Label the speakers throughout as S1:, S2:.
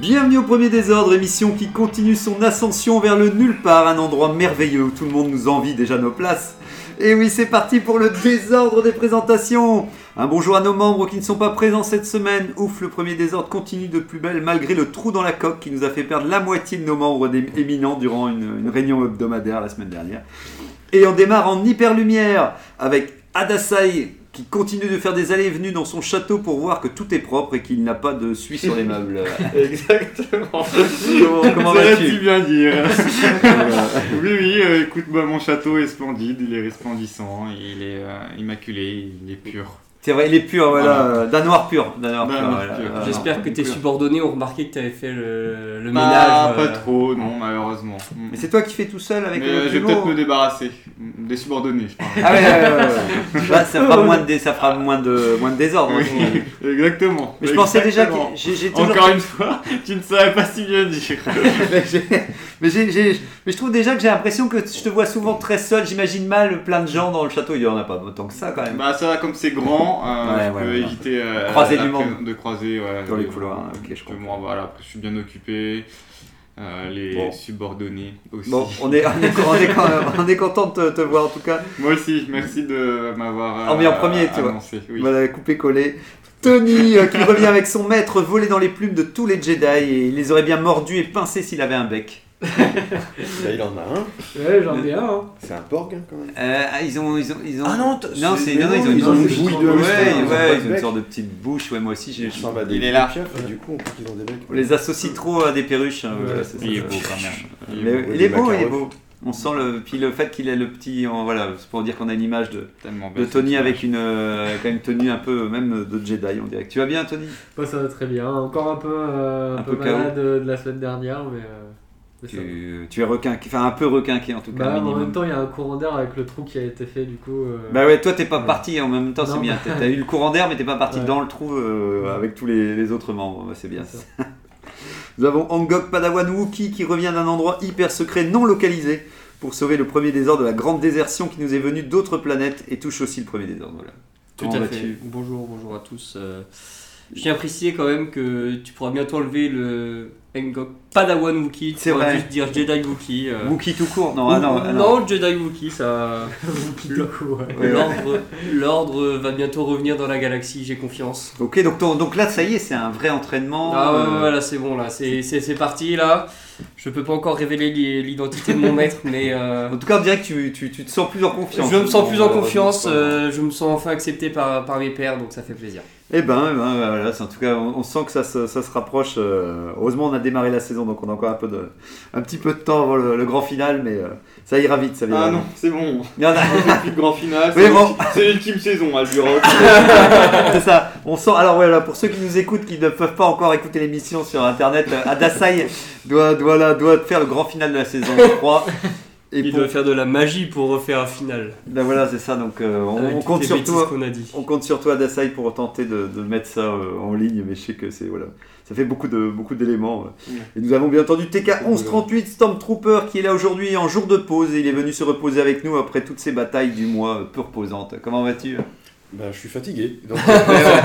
S1: Bienvenue au Premier Désordre, émission qui continue son ascension vers le nulle part, un endroit merveilleux où tout le monde nous envie déjà nos places. Et oui, c'est parti pour le désordre des présentations. Un bonjour à nos membres qui ne sont pas présents cette semaine. Ouf, le Premier Désordre continue de plus belle malgré le trou dans la coque qui nous a fait perdre la moitié de nos membres dé- éminents durant une, une réunion hebdomadaire la semaine dernière. Et on démarre en hyper lumière avec Adasai qui continue de faire des allées et venues dans son château pour voir que tout est propre et qu'il n'a pas de suie sur les meubles.
S2: Exactement.
S1: Comment, comment
S2: Ça
S1: vas-tu
S2: tu bien dire.
S1: Euh,
S2: oui, oui, euh, écoute, bah, mon château est splendide, il est resplendissant, il est euh, immaculé, il est pur.
S1: C'est vrai, il est pur, voilà, euh, d'un noir pur. d'un noir
S2: D'un
S1: pur,
S2: noir
S1: voilà,
S2: pur.
S1: voilà.
S3: J'espère que tes subordonnés ont remarqué que tu avais fait le, le
S2: Bah, pas
S3: ménage. euh,
S2: trop, non, malheureusement. Mm.
S1: Mais c'est toi qui fais tout seul avec
S2: Mais,
S1: le
S2: euh, je vais
S1: plumeau.
S2: peut-être me débarrasser Mm, des subordonnés, je parle.
S1: Ah ouais, ouais, ouais, ouais, ouais. Bah, ça fera moins de, dé- ça fera moins de, moins de désordre. hein, sinon.
S2: Oui, exactement.
S1: Mais je pensais déjà que
S2: Exactement.
S1: j'ai j'ai toujours-
S2: Encore une fois, tu ne savais pas si bien dire.
S1: mais, j'ai- mais j'ai- j'ai- mais je trouve déjà que j'ai l'impression que je te vois souvent très seul. J'imagine mal plein de gens dans le château. Il y en a pas autant que ça quand même.
S2: bah ça, comme c'est grand, euh,
S1: Ouais,
S2: je
S1: ouais,
S2: peux
S1: ouais.
S2: éviter euh,
S1: Croiser
S2: la
S1: du monde.
S2: présence- de croiser ouais,
S1: Dans les
S2: de-
S1: couloirs, hein, ok, je
S2: de-
S1: comprends.
S2: Voilà, après, je suis bien occupé. euh, les
S1: Bon.
S2: subordonnés aussi.
S1: Bon, on est, on est, on est- on est content de te- te voir en tout cas.
S2: Moi aussi, merci de m'avoir
S1: Ah, mais en premier, tu vois.
S2: annoncé. Oui.
S1: Voilà, coupé-collé. Tony euh, qui revient avec son maître volé dans les plumes de tous les Jedi et il les aurait bien mordus et pincés s'il avait un bec.
S4: Là, Bah, il en a un.
S3: Ouais, j'en ai un. hein.
S4: C'est un Borg, hein, quand même.
S1: Euh, ah, ils ont, ils ont, ils ont.
S4: Ah non, t-
S1: non,
S4: c'est-
S1: c'est, non, non,
S4: mais
S1: ils ont, ils
S4: non,
S1: ont
S4: ils ont
S1: une
S4: une
S1: bouche
S4: bouille de
S1: ouais,
S4: hamster,
S1: ouais,
S4: ils ont
S1: ouais,
S4: pas
S1: ils
S4: de
S1: ont une
S4: bec.
S1: sorte de petite bouche. Ouais, moi aussi, j'ai.
S4: Ils s'en battent
S2: Il
S4: des
S2: est là.
S4: chefs, et du coup, on croit qu'ils ont des mecs.
S1: On les associe trop à des perruches. hein, voilà, c'est ça.
S2: Il est beau quand même. Il
S1: Mais
S2: est beau,
S1: il est beau, il est
S4: macarons.
S1: beau. On sent le, puis le fait qu'il ait le petit, en- voilà, c'est pour dire qu'on a une image de,
S2: tellement
S1: de
S2: belle.
S1: Tony avec une, euh, quand même tenue un peu même de Jedi, on dirait. Tu vas bien, Tony
S5: Bah, ça va très bien, encore un peu, euh, un
S1: Un
S5: peu,
S1: peu
S5: malade euh, de la semaine dernière, mais, euh, mais ça va.
S1: tu, tu es requinqué, enfin un peu requinqué en tout cas.
S5: Bah, en
S1: minimum.
S5: même temps, il y a un courant d'air avec le trou qui a été fait, du coup. euh,
S1: Bah ouais, toi t'es pas parti en même temps, c'est
S5: Non.
S1: bien. T'as t'as eu le courant d'air, mais t'es pas parti
S5: Ouais.
S1: dans le trou euh, avec tous les, les autres membres. Bah, c'est bien. Nous avons Angok Padawan Wookie qui revient d'un endroit hyper secret non localisé pour sauver le premier désordre de la grande désertion qui nous est venue d'autres planètes et touche aussi le premier désordre. Voilà.
S3: Tout
S1: Comment
S3: à fait.
S1: vas-tu
S3: Bonjour, bonjour à tous. euh, je tiens à préciser quand même que tu pourras bientôt enlever le Engok Padawan Wookie. Tu
S1: C'est
S3: pourras
S1: vrai.
S3: juste dire Jedi Wookie. euh,
S1: Wookie tout court Non,
S3: ou-
S1: ah non, ah non.
S3: non, Jedi Wookie, ça.
S5: qui te court, ouais.
S1: Ouais, ouais.
S3: L'ordre- L'ordre va bientôt revenir dans la galaxie, j'ai confiance.
S1: Ok, donc, ton- donc là ça y est, c'est un vrai entraînement.
S3: Ah ouais,
S1: euh,
S3: ouais, ouais, là c'est bon, là c'est c'est- c'est parti, là. Je peux pas encore révéler l'i- l'identité de mon maître, mais. euh,
S1: En tout cas, on dirait que tu, tu- tu te sens plus en confiance.
S3: Je me sens plus en confiance,
S1: Euh,
S3: euh, je me sens enfin accepté par, par mes pairs, donc ça fait plaisir.
S1: Eh ben, eh ben, voilà, c'est- en tout cas, on, on sent que ça se, ça se rapproche. euh, heureusement, on a démarré la saison, donc on a encore un, peu de, un petit peu de temps avant le, le grand final, mais euh, ça ira vite, ça ira
S2: Ah
S1: vite.
S2: non, c'est bon.
S1: Il y en a-
S2: C'est plus le grand final.
S1: euh, Oui,
S2: c'est
S1: bon. Ah,
S2: l'ultime- C'est l'ultime saison, hein, elle durera.
S1: c'est ça. On sent. Alors voilà, pour ceux qui nous écoutent, qui ne peuvent pas encore écouter l'émission sur Internet, euh, Adasai doit, doit, là, doit faire le grand final de la saison, je crois. Et
S3: Il
S1: pour-
S3: doit faire de la magie pour refaire un final.
S1: ben voilà, c'est ça. Donc euh, on, on
S3: avec Ah, toutes
S1: compte
S3: les
S1: sur
S3: bêtises
S1: toi.
S3: qu'on a dit.
S1: On compte sur toi, Adasai, pour tenter de, de mettre ça euh, en ligne, mais je sais que c'est voilà, ça fait beaucoup de beaucoup d'éléments. euh.
S2: Ouais.
S1: Et nous avons bien entendu TK 1138 Stormtrooper qui est là aujourd'hui en jour de pause et il est venu se reposer avec nous après toutes ces batailles du mois euh, peu reposantes. Comment vas-tu
S4: Bah, je suis fatigué. Donc,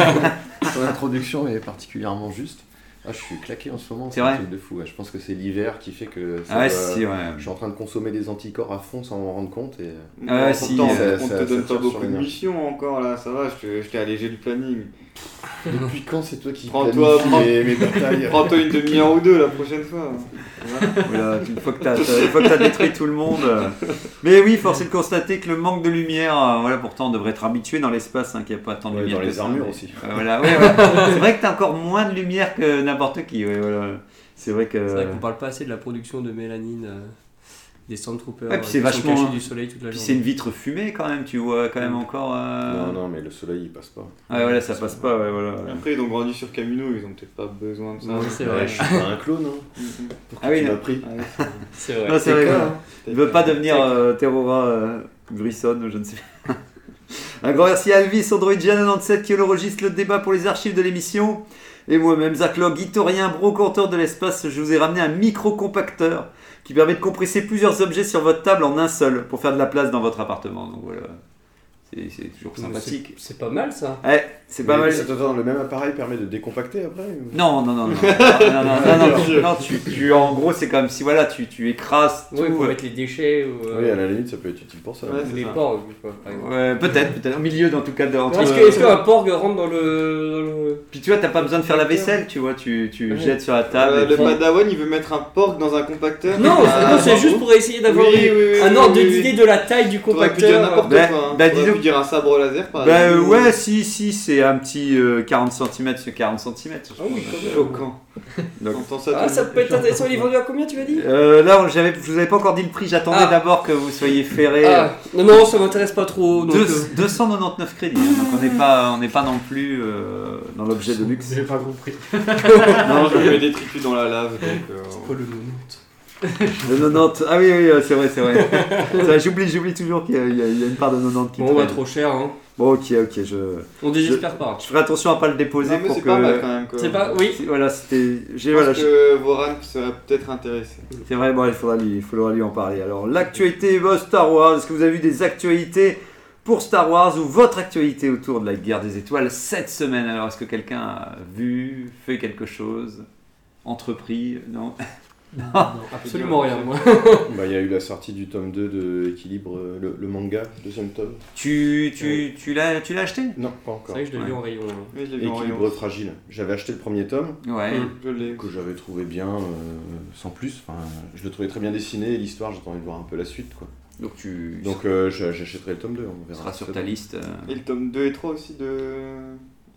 S4: ton introduction est particulièrement juste. Ah, je suis claqué en ce moment.
S1: C'est vrai
S4: un truc de fou. ouais. Je pense que c'est l'hiver qui fait que. ça
S1: Ah ouais,
S4: doit-
S1: si, ouais.
S4: Je suis en train de consommer des anticorps à fond sans m'en rendre compte. Et...
S1: Ah,
S2: Bon,
S1: si,
S2: pourtant,
S4: euh,
S2: on
S4: ça-
S2: te
S4: ça
S2: donne
S4: tire
S2: pas
S4: sur
S2: beaucoup de
S4: l'énergie.
S2: missions encore là, ça va, je te- je t'ai allégé le planning.
S4: euh, Depuis quand c'est toi qui
S2: Prends-toi,
S4: planifie
S2: prends-
S4: mes, mes batailles
S2: Prends-toi une demi-heure ou deux la prochaine fois. hein.
S1: Voilà, une fois que t'as t'as- une fois que t'as détruit tout le monde. euh. Mais oui, force est de constater que le manque de lumière, euh, voilà, pourtant on devrait être habitué dans l'espace, hein, qu'il n'y a pas tant de
S4: Ouais,
S1: lumière.
S4: Dans
S1: que
S4: les
S1: ça,
S4: armures
S1: mais-
S4: aussi.
S1: Euh, voilà, ouais, ouais. C'est vrai que t'as encore moins de lumière que n'importe qui. ouais, voilà. C'est vrai que.
S3: C'est vrai qu'on parle pas assez de la production de mélanine euh, des Stormtroopers
S1: Ouais, puis c'est
S3: euh, qui sont
S1: vachement-
S3: cachés du soleil toute la
S1: Puis c'est une
S3: journée.
S1: vitre fumée quand même, tu vois quand même encore. euh, Ah
S4: Non, non, mais le soleil il passe pas.
S1: Ouais, voilà, ça passe pas, ouais, voilà.
S2: Après, ils ont grandi sur Camino, ils ont peut-être pas besoin de ça.
S3: Ouais, c'est
S4: Ouais,
S3: vrai.
S4: je suis pas un clone, hein.
S2: Mhm.
S4: Pour
S1: Ah oui,
S4: tu
S1: non.
S4: m'as pris.
S2: Ouais, c'est-
S3: C'est vrai.
S1: Non, c'est vrai,
S2: quoi,
S1: voilà.
S2: hein
S1: Il veut pas devenir euh, Terrora euh, Brisson, je ne sais pas. Un grand merci à Elvis, AndroidJan97 qui enregistre le débat pour les archives de l'émission. Et moi-même, Zach Log, historien, brocanteur de l'espace, je vous ai ramené un micro-compacteur qui permet de compresser plusieurs objets sur votre table en un seul pour faire de la place dans votre appartement. Donc voilà, c'est c'est toujours sympathique.
S3: C'est- C'est pas mal ça.
S1: Ouais, c'est pas
S4: Mais
S1: mal.
S4: attends, attends, le même appareil permet de décompacter après ou-
S1: Non, non, non, non, non, non, non, non, non, tu- non, tu, tu- en gros, c'est comme si voilà, tu, tu écrases tout. euh,
S3: Oui, pour mettre les déchets ou euh,
S4: Oui, à la limite, ça peut être utile pour ça.
S1: Ouais.
S3: ou
S1: c'est
S3: les
S1: ça.
S3: porgs. quoi, par exemple.
S1: Ouais, peut-être, peut-être, au milieu, en tout cas, de- entre- euh,
S3: Est-ce que- est-ce qu'un porg rentre dans le. dans le-
S1: Puis tu vois, t'as pas besoin de faire la vaisselle, tu vois, tu, tu
S3: Ouais.
S1: jettes sur la table.
S2: Euh,
S1: et
S2: le
S1: puis-
S2: Padawan, il veut mettre un porc dans un compacteur.
S3: Non,
S2: Ah,
S3: non, c'est
S2: bravo.
S3: juste pour essayer d'avoir
S2: Oui,
S3: une-
S2: oui, oui,
S3: un
S2: oui,
S3: ordre
S2: oui,
S3: d'idée
S2: oui.
S3: de la taille du
S2: T'aurais pu dire
S3: compacteur.
S2: n'importe
S1: Bah,
S2: quoi. Hein.
S1: bah,
S2: T'aurais
S1: dis
S2: pu
S1: donc.
S2: dire un sabre laser, par
S1: Bah
S2: exemple.
S1: ouais, si, si, c'est un petit euh, 40 cm sur 40 cm.
S3: Ah oui, quand même.
S2: Choquant.
S1: Donc-
S2: T'entends ça
S3: Ah,
S2: tout
S3: ça
S2: le
S3: peut être intéressant. Il est vendu à combien tu m'as dit
S1: Euh, là, on- j'avais, je vous avais pas encore dit le prix, j'attendais
S3: Ah.
S1: d'abord que vous soyez ferré.
S3: Ah, non, non, ça m'intéresse pas trop. Donc,
S1: Eh. Deux-
S3: euh,
S1: 299 crédits, hein, donc on n'est pas, on n'est pas non plus euh, dans l'objet de luxe.
S5: J'ai pas compris.
S2: monde. Non, je mets des détritus dans la lave. Donc, euh,
S3: pour le moment.
S1: Le 90, ah oui, oui, euh, c'est vrai, c'est vrai. C'est vrai, j'oublie, j'oublie toujours qu'il y a, il y a- il y a une part de 90 qui
S3: Bon, bah
S1: traîne.
S3: trop cher, hein.
S1: Bon, ok, ok, je,
S3: On désespère pas.
S1: je ferai euh, attention à pas le déposer
S2: Non, mais
S1: pour
S2: c'est
S1: que.
S2: pas mal quand même. quoi.
S3: C'est pas. Oui.
S1: Voilà, c'était. J'ai,
S2: Je
S1: voilà,
S2: pense que Voran sera peut-être intéressé.
S1: C'est vrai, bon, il faudra lui, il faudra lui en parler. Alors, l'actualité euh, Star Wars, est-ce que vous avez vu des actualités pour Star Wars ou votre actualité autour de la guerre des étoiles cette semaine Alors, est-ce que quelqu'un a vu, fait quelque chose Entrepris Non
S5: Non.
S3: Absolument rien, moi.
S4: Bah, il y a eu la sortie du tome 2 de Équilibre, euh, le, le manga, deuxième tome.
S1: Tu, tu, tu, l'as, tu l'as acheté
S4: Non, pas
S3: C'est
S4: encore.
S3: vrai que je l'ai
S1: Ouais.
S3: vu en rayon. hein.
S2: Oui, je l'ai vu en
S4: Équilibre
S2: rayon.
S4: fragile. J'avais acheté le premier tome,
S1: Ouais.
S3: Mm.
S2: Je l'ai.
S4: que j'avais trouvé bien, euh, sans plus. Enfin, je le trouvais très bien dessiné, et l'histoire, j'attendais de voir un peu la suite. Quoi.
S1: Donc, tu
S4: Donc euh, je- j'achèterai le tome 2, on verra.
S1: seras sur ta liste. euh.
S2: Et le tome 2 et 3 aussi de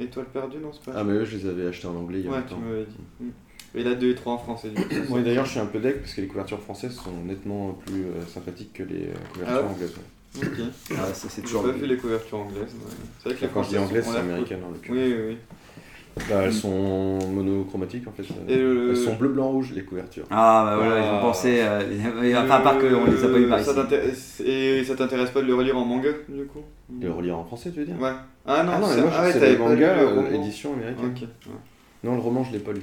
S2: Étoile perdue, non, c'est pas
S4: Ah, mais eux, je les avais achetés en anglais il y a
S2: Ouais, tu
S4: longtemps.
S2: m'avais dit. Mm. Et là, 2 et 3 en français, du coup. ça,
S4: Moi
S2: c'est-
S4: d'ailleurs je suis un peu deck parce que les couvertures françaises sont nettement plus euh, sympathiques que les euh, couvertures
S2: Ah ouais
S4: anglaises. ouais.
S2: Ok.
S1: Ah, ça, c'est
S2: J'ai
S1: toujours.
S2: pas vu les couvertures anglaises. ouais. C'est vrai que les
S4: Quand je dis
S2: françaises
S4: anglaises,
S2: ont
S4: c'est
S2: l'air
S4: américaine en l'occurrence.
S2: cool. Oui, oui,
S4: Bah, elles sont monochromatiques en fait.
S2: Et le-
S1: Euh,
S4: Elles sont bleu, blanc, rouge les couvertures.
S1: Ah, bah voilà, ils
S2: Ah.
S1: ont pensé. euh,
S2: oui.
S1: enfin, à part qu'on les a pas eu par
S2: Euh, ça
S1: ici.
S2: t'intéresse- Et ça t'intéresse pas de le relire en manga, du coup
S4: De relire en français tu veux dire
S2: Ouais. Ah non,
S4: Ah non,
S2: c'est-
S4: mais moi
S2: ah
S4: je
S2: ouais,
S4: c'est
S2: t'avais
S4: les
S2: pas lu
S4: mangas
S2: le
S4: euh,
S2: roman.
S4: édition américaine.
S2: Ok. ouais.
S4: Non le roman je l'ai pas lu.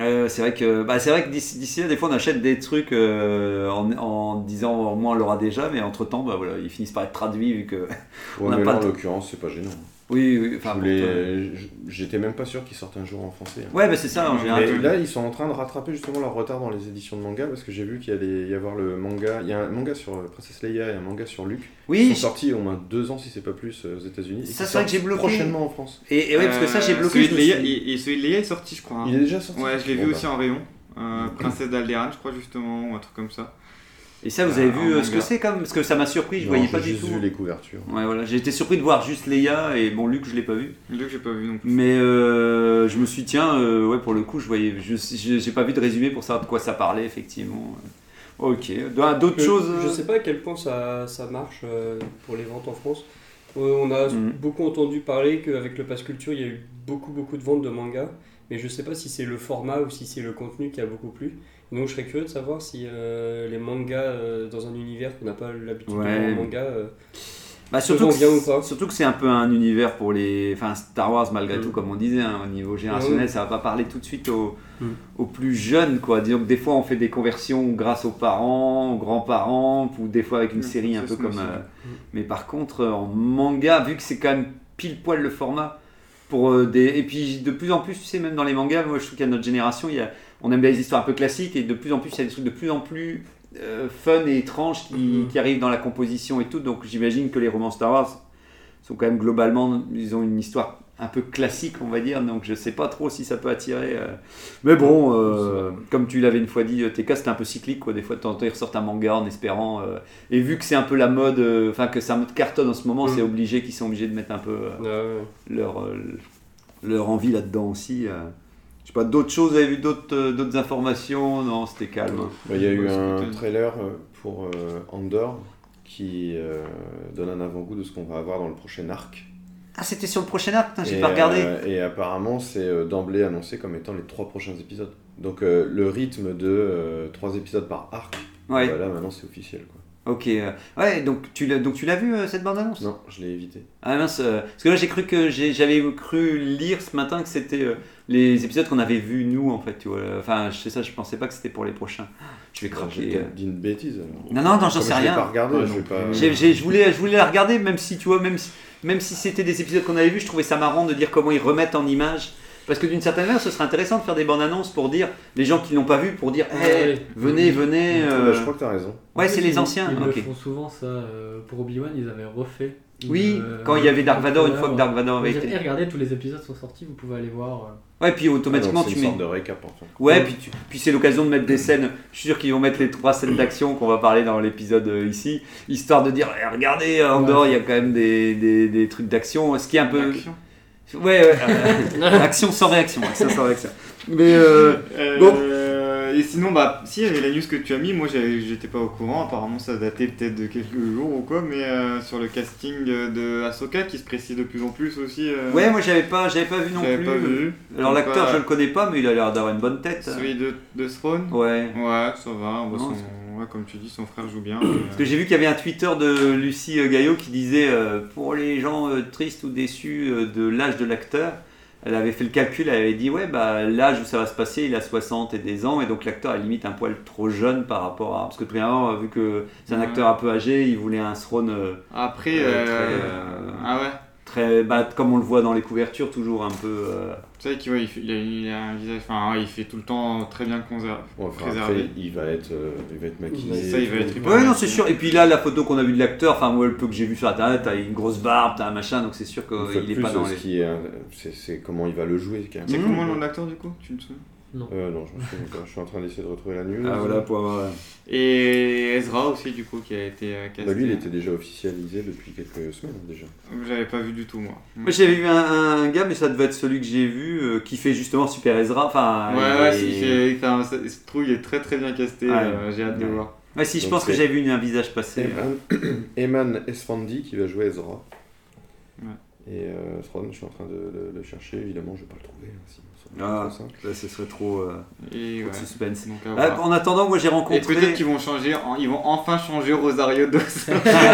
S1: Euh, c'est vrai que bah, c'est vrai que d'ici d'ici là des fois on achète des trucs euh, en, en disant au moins on l'aura déjà mais entre temps bah voilà ils finissent par être traduits vu que On
S4: Ouais,
S1: n'a
S4: mais
S1: pas
S4: là en
S1: de-
S4: l'occurrence c'est pas gênant.
S1: oui oui
S4: Je
S1: enfin
S4: voulais-
S1: pour toi.
S4: euh, j- J'étais même pas sûr qu'ils sortent un jour en français. hein.
S1: ouais bah c'est ça en général
S4: Mais là, ils sont en train de rattraper justement leur retard dans les éditions de manga parce que j'ai vu qu'il y allait y avoir le manga. Il y a un manga sur euh, Princess Leia et un manga sur Luke. Ils
S1: oui
S4: sont sortis au moins deux ans, si c'est pas plus, euh, aux États-Unis. et
S1: Ça,
S4: qui
S1: c'est vrai
S4: sortent
S1: que j'ai bloqué.
S4: Prochainement en France.
S1: et, et ouais parce que ça j'ai
S2: Euh,
S1: bloqué
S2: Celui
S1: je
S2: de
S1: me
S2: Léa,
S1: suis-
S2: il- il- celui de Léa est sorti, je crois.
S1: Ah.
S2: hein.
S4: Il est déjà sorti.
S2: Ouais, je l'ai vu
S4: Bon, bah.
S2: aussi en rayon. Euh, Princesse d'Alderan, je crois, justement, ou un truc comme ça.
S1: et ça vous avez
S2: Ah,
S1: vu
S2: en
S1: euh, ce que
S2: manga.
S1: c'est comme parce que ça m'a surpris je
S4: Non,
S1: voyais
S4: j'ai
S1: pas du
S4: juste
S1: tout
S4: vu les couvertures.
S1: ouais voilà j'ai été surpris de voir juste Leia et bon Luc je l'ai pas vu
S2: Le que j'ai pas vu non plus.
S1: mais euh, je me suis dit, tiens euh, ouais pour le coup je voyais je je- j'ai pas vu de résumé pour savoir de quoi ça parlait effectivement ok d'autres
S3: Je-
S1: choses
S3: Euh,
S1: euh,
S3: Je sais pas à quel point ça, ça marche euh, pour les ventes en France. Euh, on a
S1: Mhm.
S3: beaucoup entendu parler qu'avec le Pass Culture, il y a eu beaucoup, beaucoup de ventes de mangas. Mais je sais pas si c'est le format ou si c'est le contenu qui a beaucoup plu. Donc je serais curieux de savoir si euh, les mangas euh, dans un univers qu'on n'a pas l'habitude de voir
S1: Ouais.
S3: en manga. euh,
S1: Bah
S3: Se
S1: surtout,
S3: vend
S1: que,
S3: bien ou pas
S1: surtout que c'est un peu un univers pour les. Enfin, Star Wars, malgré
S3: Mm.
S1: tout, comme on disait, hein, au niveau générationnel,
S3: Ah oui.
S1: ça va pas parler tout de suite aux,
S3: Mm.
S1: aux plus jeunes, quoi. Disons que des fois, on fait des conversions grâce aux parents, aux grands-parents, ou des fois avec une
S2: Mm,
S1: série un
S2: ça,
S1: peu
S2: c'est
S1: comme.
S2: aussi.
S1: euh,
S3: Mm.
S1: Mais par contre, euh, en manga, vu que c'est quand même pile poil le format. Pour euh, des... Et puis de plus en plus, tu sais, même dans les mangas, moi je trouve qu'à notre génération, il y a... on aime bien les histoires un peu classiques et de plus en plus, il y a des trucs de plus en plus euh, fun et étrange qui,
S3: Mhm.
S1: qui arrivent dans la composition et tout. Donc j'imagine que les romans Star Wars sont quand même globalement, ils ont une histoire un peu classique, on va dire. Donc je sais pas trop si ça peut attirer. euh. Mais bon, euh, comme tu l'avais une fois dit, euh, TK, c'était un peu cyclique. Quoi. Des fois, de temps en temps, ils ressortent un manga en espérant. euh, Et vu que c'est un peu la mode, euh, enfin que ça mode cartonne en ce moment,
S3: Mhm.
S1: c'est obligé qu'ils sont obligés de mettre un peu euh, leur, euh, leur envie là-dedans aussi. euh. Je sais pas, d'autres choses, vous avez vu d'autres euh, d'autres informations Non, c'était calme.
S4: Bah, Il y a eu
S2: Ouais, c'est
S4: un
S2: plutôt-
S4: trailer euh, pour euh, Andor qui euh, donne un avant-goût de ce qu'on va avoir dans le prochain arc.
S1: Ah, c'était sur le prochain arc, putain, Ah, j'ai
S4: Et,
S1: pas regardé.
S4: euh, et apparemment, c'est euh, d'emblée annoncé comme étant les trois prochains épisodes. Donc euh, le rythme de euh, trois épisodes par arc,
S1: ouais,
S4: bah là maintenant c'est officiel. Quoi.
S1: ok. euh, ouais, donc tu l'as, donc tu l'as vu euh, cette bande-annonce
S4: Non, je l'ai évité.
S1: Ah mince, euh, parce que là j'ai cru que j'ai- j'avais cru lire ce matin que c'était euh, les épisodes qu'on avait vus nous en fait, tu vois. euh, Enfin, je sais ça, je pensais pas que c'était pour les prochains. Je vais
S4: J'ai
S1: craquer. euh.
S4: peut-être dit une bêtise. alors.
S1: Non, non, non, j'en
S4: Comme
S1: sais
S4: Je l'ai
S1: rien.
S4: pas regardé,
S2: Ouais,
S4: je
S2: non
S4: vais pas.
S2: plus.
S1: J'ai- j'ai- je, voulais, je voulais la regarder, même si tu vois, même si, même si c'était des épisodes qu'on avait vus, je trouvais ça marrant de dire comment ils remettent en image. Parce que d'une certaine manière, ce serait intéressant de faire des bandes annonces pour dire, les gens qui l'ont pas vu, pour dire, hey,
S5: Ah Ouais.
S1: venez, venez.
S4: Ah,
S1: euh,
S4: bah, je crois que t'as raison.
S1: Ouais,
S5: En plus,
S1: c'est les
S5: ils-
S1: anciens.
S5: Ils
S1: ok.
S5: le font souvent ça. euh, Pour Obi-Wan, ils avaient refait. une,
S1: Oui,
S5: euh,
S1: quand il y avait Dark
S5: un
S1: Vador, une
S5: trailer.
S1: fois que Dark Vador
S5: Vous
S1: avait
S5: direz,
S1: été.
S5: eh, regardez, tous les épisodes sont sortis, vous pouvez aller voir. euh.
S1: Ouais, puis
S4: Ah,
S1: automatiquement,
S4: donc, c'est
S1: tu
S4: une
S1: mets.
S4: sorte de récap enfin.
S1: Ouais, puis, tu- puis c'est l'occasion de mettre des scènes. Je suis sûr qu'ils vont mettre les trois scènes d'action qu'on va parler dans l'épisode euh, ici, histoire de dire eh, regardez, en
S5: Ouais.
S1: dehors, il y a quand même des, des, des trucs d'action. Ce qui est un peu. Ouais, ouais. euh, action sans réaction. Action sans réaction. Mais. euh,
S2: Euh, Et sinon, bah, si, il y avait la news que tu as mis, moi j'avais- j'étais pas au courant, apparemment ça datait peut-être de quelques jours ou quoi, mais euh, sur le casting euh, de Ahsoka qui se précise de plus en plus aussi. euh,
S1: Ouais, moi j'avais pas, j'avais pas vu non
S2: j'avais
S1: plus.
S2: pas vu.
S1: Alors
S2: Donc,
S1: l'acteur,
S2: euh,
S1: je le connais pas, mais il a l'air d'avoir une bonne tête.
S2: Celui de, de Throne
S1: Ouais.
S2: Ouais, ça va, on
S1: Non,
S2: voit son- ouais, comme tu dis, son frère joue bien. euh,
S1: Parce que j'ai vu qu'il y avait un Twitter de Lucie euh, Gaillot qui disait euh, pour les gens euh, tristes ou déçus euh, de l'âge de l'acteur, elle avait fait le calcul, elle avait dit ouais bah l'âge où ça va se passer, il a 60 et des ans et donc l'acteur est limite un poil trop jeune par rapport à parce que premièrement euh, vu que c'est un
S2: Ouais.
S1: acteur un peu âgé, il voulait un throne euh,
S2: Après,
S1: Euh,
S2: euh,
S1: très, euh,
S2: ah ouais,
S1: très bah, comme on le voit dans les couvertures toujours un peu euh,
S2: tu sais qu'il ouais, il fait- il a, il a un visage, enfin ouais, il fait tout le temps très bien conservé.
S4: Bon, enfin,
S2: Préservé.
S4: après, il va être, euh, il va être maquillé.
S2: Ça, il va être hyper
S1: Ouais, non,
S2: maquillé.
S1: c'est sûr. Et puis là, la photo qu'on a vue de l'acteur, enfin, moi, le peu que j'ai vu sur internet, t'as une grosse barbe, t'as un machin, donc c'est sûr
S4: Une fois de
S1: qu'il est
S4: plus,
S1: pas dans
S4: ce
S1: les.
S4: qui est, euh, c'est- C'est comment il va le jouer. quand même.
S1: Mmh.
S2: C'est comment le nom de l'acteur du coup Tu te souviens
S4: Euh, Non, je me souviens pas. Je suis en train d'essayer de retrouver la news.
S1: Ah, voilà, pour avoir-
S2: Et Ezra aussi du coup qui a été euh, casté.
S4: Bah, lui, il était déjà officialisé depuis quelques semaines déjà.
S2: J'avais pas vu du tout moi.
S1: Moi, j'avais vu un, un gars, mais ça devait être celui que j'ai vu, euh, qui fait justement Super Ezra. Enfin,
S2: Ouais,
S1: et-
S2: ouais, c'est- il fait- enfin, ça- il se trouve, il est très très bien casté,
S1: Ah,
S2: euh, j'ai hâte de
S1: ouais.
S2: voir.
S1: Ouais, si, je
S4: Donc,
S1: pense que
S4: c'est-
S1: j'avais vu une- un visage passer.
S4: Eman, Eman Esfandi qui va jouer Ezra.
S2: Ouais.
S4: Et euh, Thrawn, je suis en train de de le chercher. Évidemment, je vais pas le trouver. hein, sinon, ça va
S1: Ah.
S4: être trop simple.
S1: Là, ce serait trop, euh,
S2: Et
S1: trop
S2: ouais.
S1: de suspense.
S2: Donc, à
S1: Euh,
S2: voir.
S1: en attendant, moi, j'ai
S2: Et
S1: rencontré.
S2: peut-être qu'ils vont changer, en- ils vont enfin changer Rosario Dawson.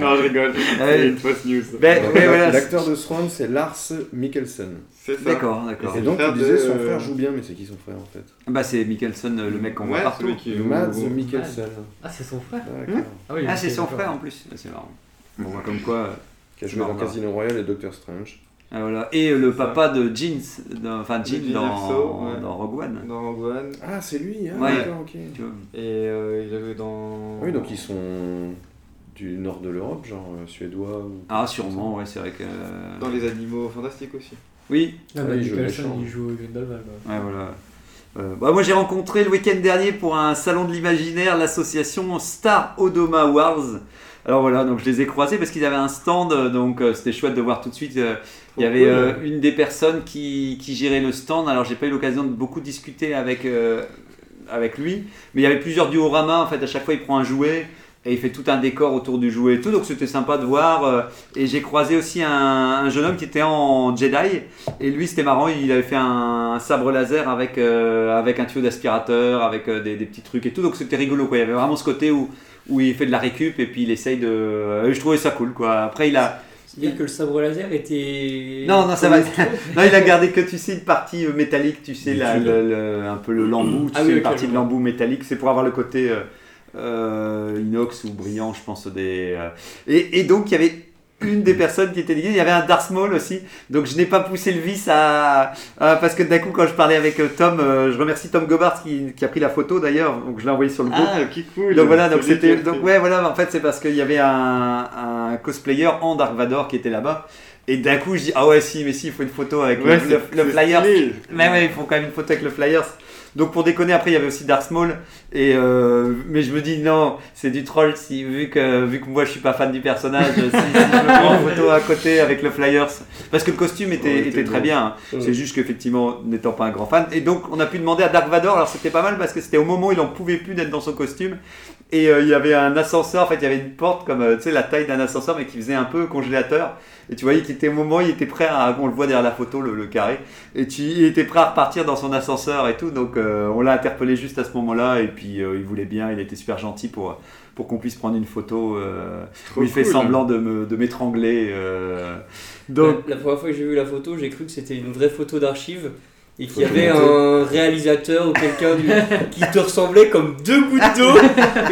S2: non, je rigole. C'est une fausse news.
S1: Ah Ben,
S4: Donc,
S1: ouais,
S4: la-
S1: voilà,
S4: L'acteur de Thrawn, c'est Lars Mikkelsen.
S2: C'est ça.
S1: D'accord, d'accord.
S4: Et
S2: C'est
S4: donc,
S2: le
S4: tu
S2: frère
S4: disais,
S2: de-
S4: son frère joue bien, mais c'est qui son frère en fait
S1: Bah, c'est Mikkelsen, euh, le mec qu'on voit
S2: Ouais,
S1: partout.
S2: celui qui joue-
S4: Mads Mikkelsen.
S5: Ah, c'est son frère
S4: D'accord.
S5: Ah, oui,
S1: Ah,
S5: ok,
S1: c'est son
S5: d'accord.
S1: frère en plus. Ah, C'est marrant. Bon, bah, comme quoi. euh,
S4: Qui a joué dans
S1: Marvel.
S4: Casino Royale et Doctor Strange.
S1: Ah, voilà. Et euh, le papa de Jeans, dans- enfin Jean
S2: Jean
S1: dans,
S2: Erso, ouais.
S1: dans Rogue One.
S2: Dans Rogue One.
S4: Ah, c'est lui, hein,
S1: Ouais.
S4: d'accord, ok.
S1: tu vois.
S2: Et euh, il a joué dans.
S4: Ah Oui, donc ils sont du nord de l'Europe, genre euh, suédois ou.
S1: Ah sûrement, ouais, c'est vrai que... euh,
S2: Dans les animaux fantastiques aussi.
S1: Oui,
S5: Ah,
S4: Ah,
S5: bah,
S4: il joue
S5: Nicholson,
S4: méchant.
S5: il joue Grindelwald. ouais.
S1: ouais, voilà. Euh, bah, moi j'ai rencontré le week-end dernier pour un salon de l'imaginaire l'association Star Odoma Wars. Alors voilà, donc je les ai croisés parce qu'ils avaient un stand, euh, donc euh, c'était chouette de voir tout de suite. euh, il y avait euh, une des personnes qui, qui gérait le stand, alors j'ai pas eu l'occasion de beaucoup discuter avec, euh, avec lui, mais il y avait plusieurs dioramas, en fait à chaque fois il prend un jouet et il fait tout un décor autour du jouet et tout, donc c'était sympa de voir. euh, et j'ai croisé aussi un, un jeune homme qui était en Jedi, et lui c'était marrant, il avait fait un, un sabre laser avec, euh, avec un tuyau d'aspirateur, avec euh, des, des petits trucs et tout, donc c'était rigolo quoi, il y avait vraiment ce côté où, où il fait de la récup et puis il essaye de... euh, je trouvais ça cool quoi, après il a...
S3: C'est-à-dire que le sabre laser était.
S1: Non, non, ça va. Non, il a gardé que tu sais une partie euh, métallique, tu sais,
S4: Du
S1: la,
S4: tube.
S1: le- le- un peu le lambou, tu
S3: Ah
S1: sais,
S3: oui,
S1: une
S3: ok,
S1: partie
S3: je
S1: de
S3: vois.
S1: l'embout métallique. C'est pour avoir le côté euh, euh, inox ou brillant, je pense. Des, euh, et, et donc, il y avait une des personnes qui était liée. Il y avait un Darth Maul aussi. Donc, je n'ai pas poussé le vis à. à- parce que d'un coup, quand je parlais avec euh, Tom, euh, je remercie Tom Gobart qui, qui a pris la photo d'ailleurs. Donc, je l'ai envoyé sur le groupe.
S2: Ah, ok, cool.
S1: Donc voilà, donc
S2: C'est lui
S1: c'était,
S2: qui a
S1: donc
S2: fait-
S1: ouais, voilà, en fait c'est parce qu'il y avait un, un cosplayer en Dark Vador qui était là-bas. Et d'un coup, je dis ah ouais, si, mais si, il faut une photo avec le-
S2: Ouais,
S1: le,
S2: c'est-
S1: le
S2: c'est
S1: flyer.
S2: stylé.
S1: Mais ouais, ils font quand même une photo avec le Flyers. Donc pour déconner, après il y avait aussi Darth Maul. Et euh, mais je me dis non, c'est du troll. Si vu que vu que moi je suis pas fan du personnage, si, si je me prends en photo à côté avec le Flyers, parce que le costume était,
S2: Ouais,
S1: était
S2: était
S1: très
S2: beau.
S1: bien. hein.
S3: Ouais.
S1: C'est juste qu'effectivement, n'étant pas un grand fan, et donc on a pu demander à Dark Vador. Alors c'était pas mal parce que c'était au moment où il en pouvait plus d'être dans son costume. Et euh, il y avait un ascenseur, en fait, il y avait une porte comme euh, tu sais, la taille d'un ascenseur, mais qui faisait un peu congélateur. Et tu voyais qu'il était au moment, il était prêt à. On le voit derrière la photo, le, le carré. Et tu, il était prêt à repartir dans son ascenseur et tout. Donc euh, on l'a interpellé juste à ce moment-là. Et puis euh, il voulait bien, il était super gentil pour, pour qu'on puisse prendre une photo euh, où il fait semblant de me- de m'étrangler. euh. Donc
S3: la, la première fois que j'ai vu la photo, j'ai cru que c'était une vraie photo d'archive et qu'il y
S4: Photo
S3: avait un réalisateur ou quelqu'un du- qui te ressemblait comme deux coups d'eau.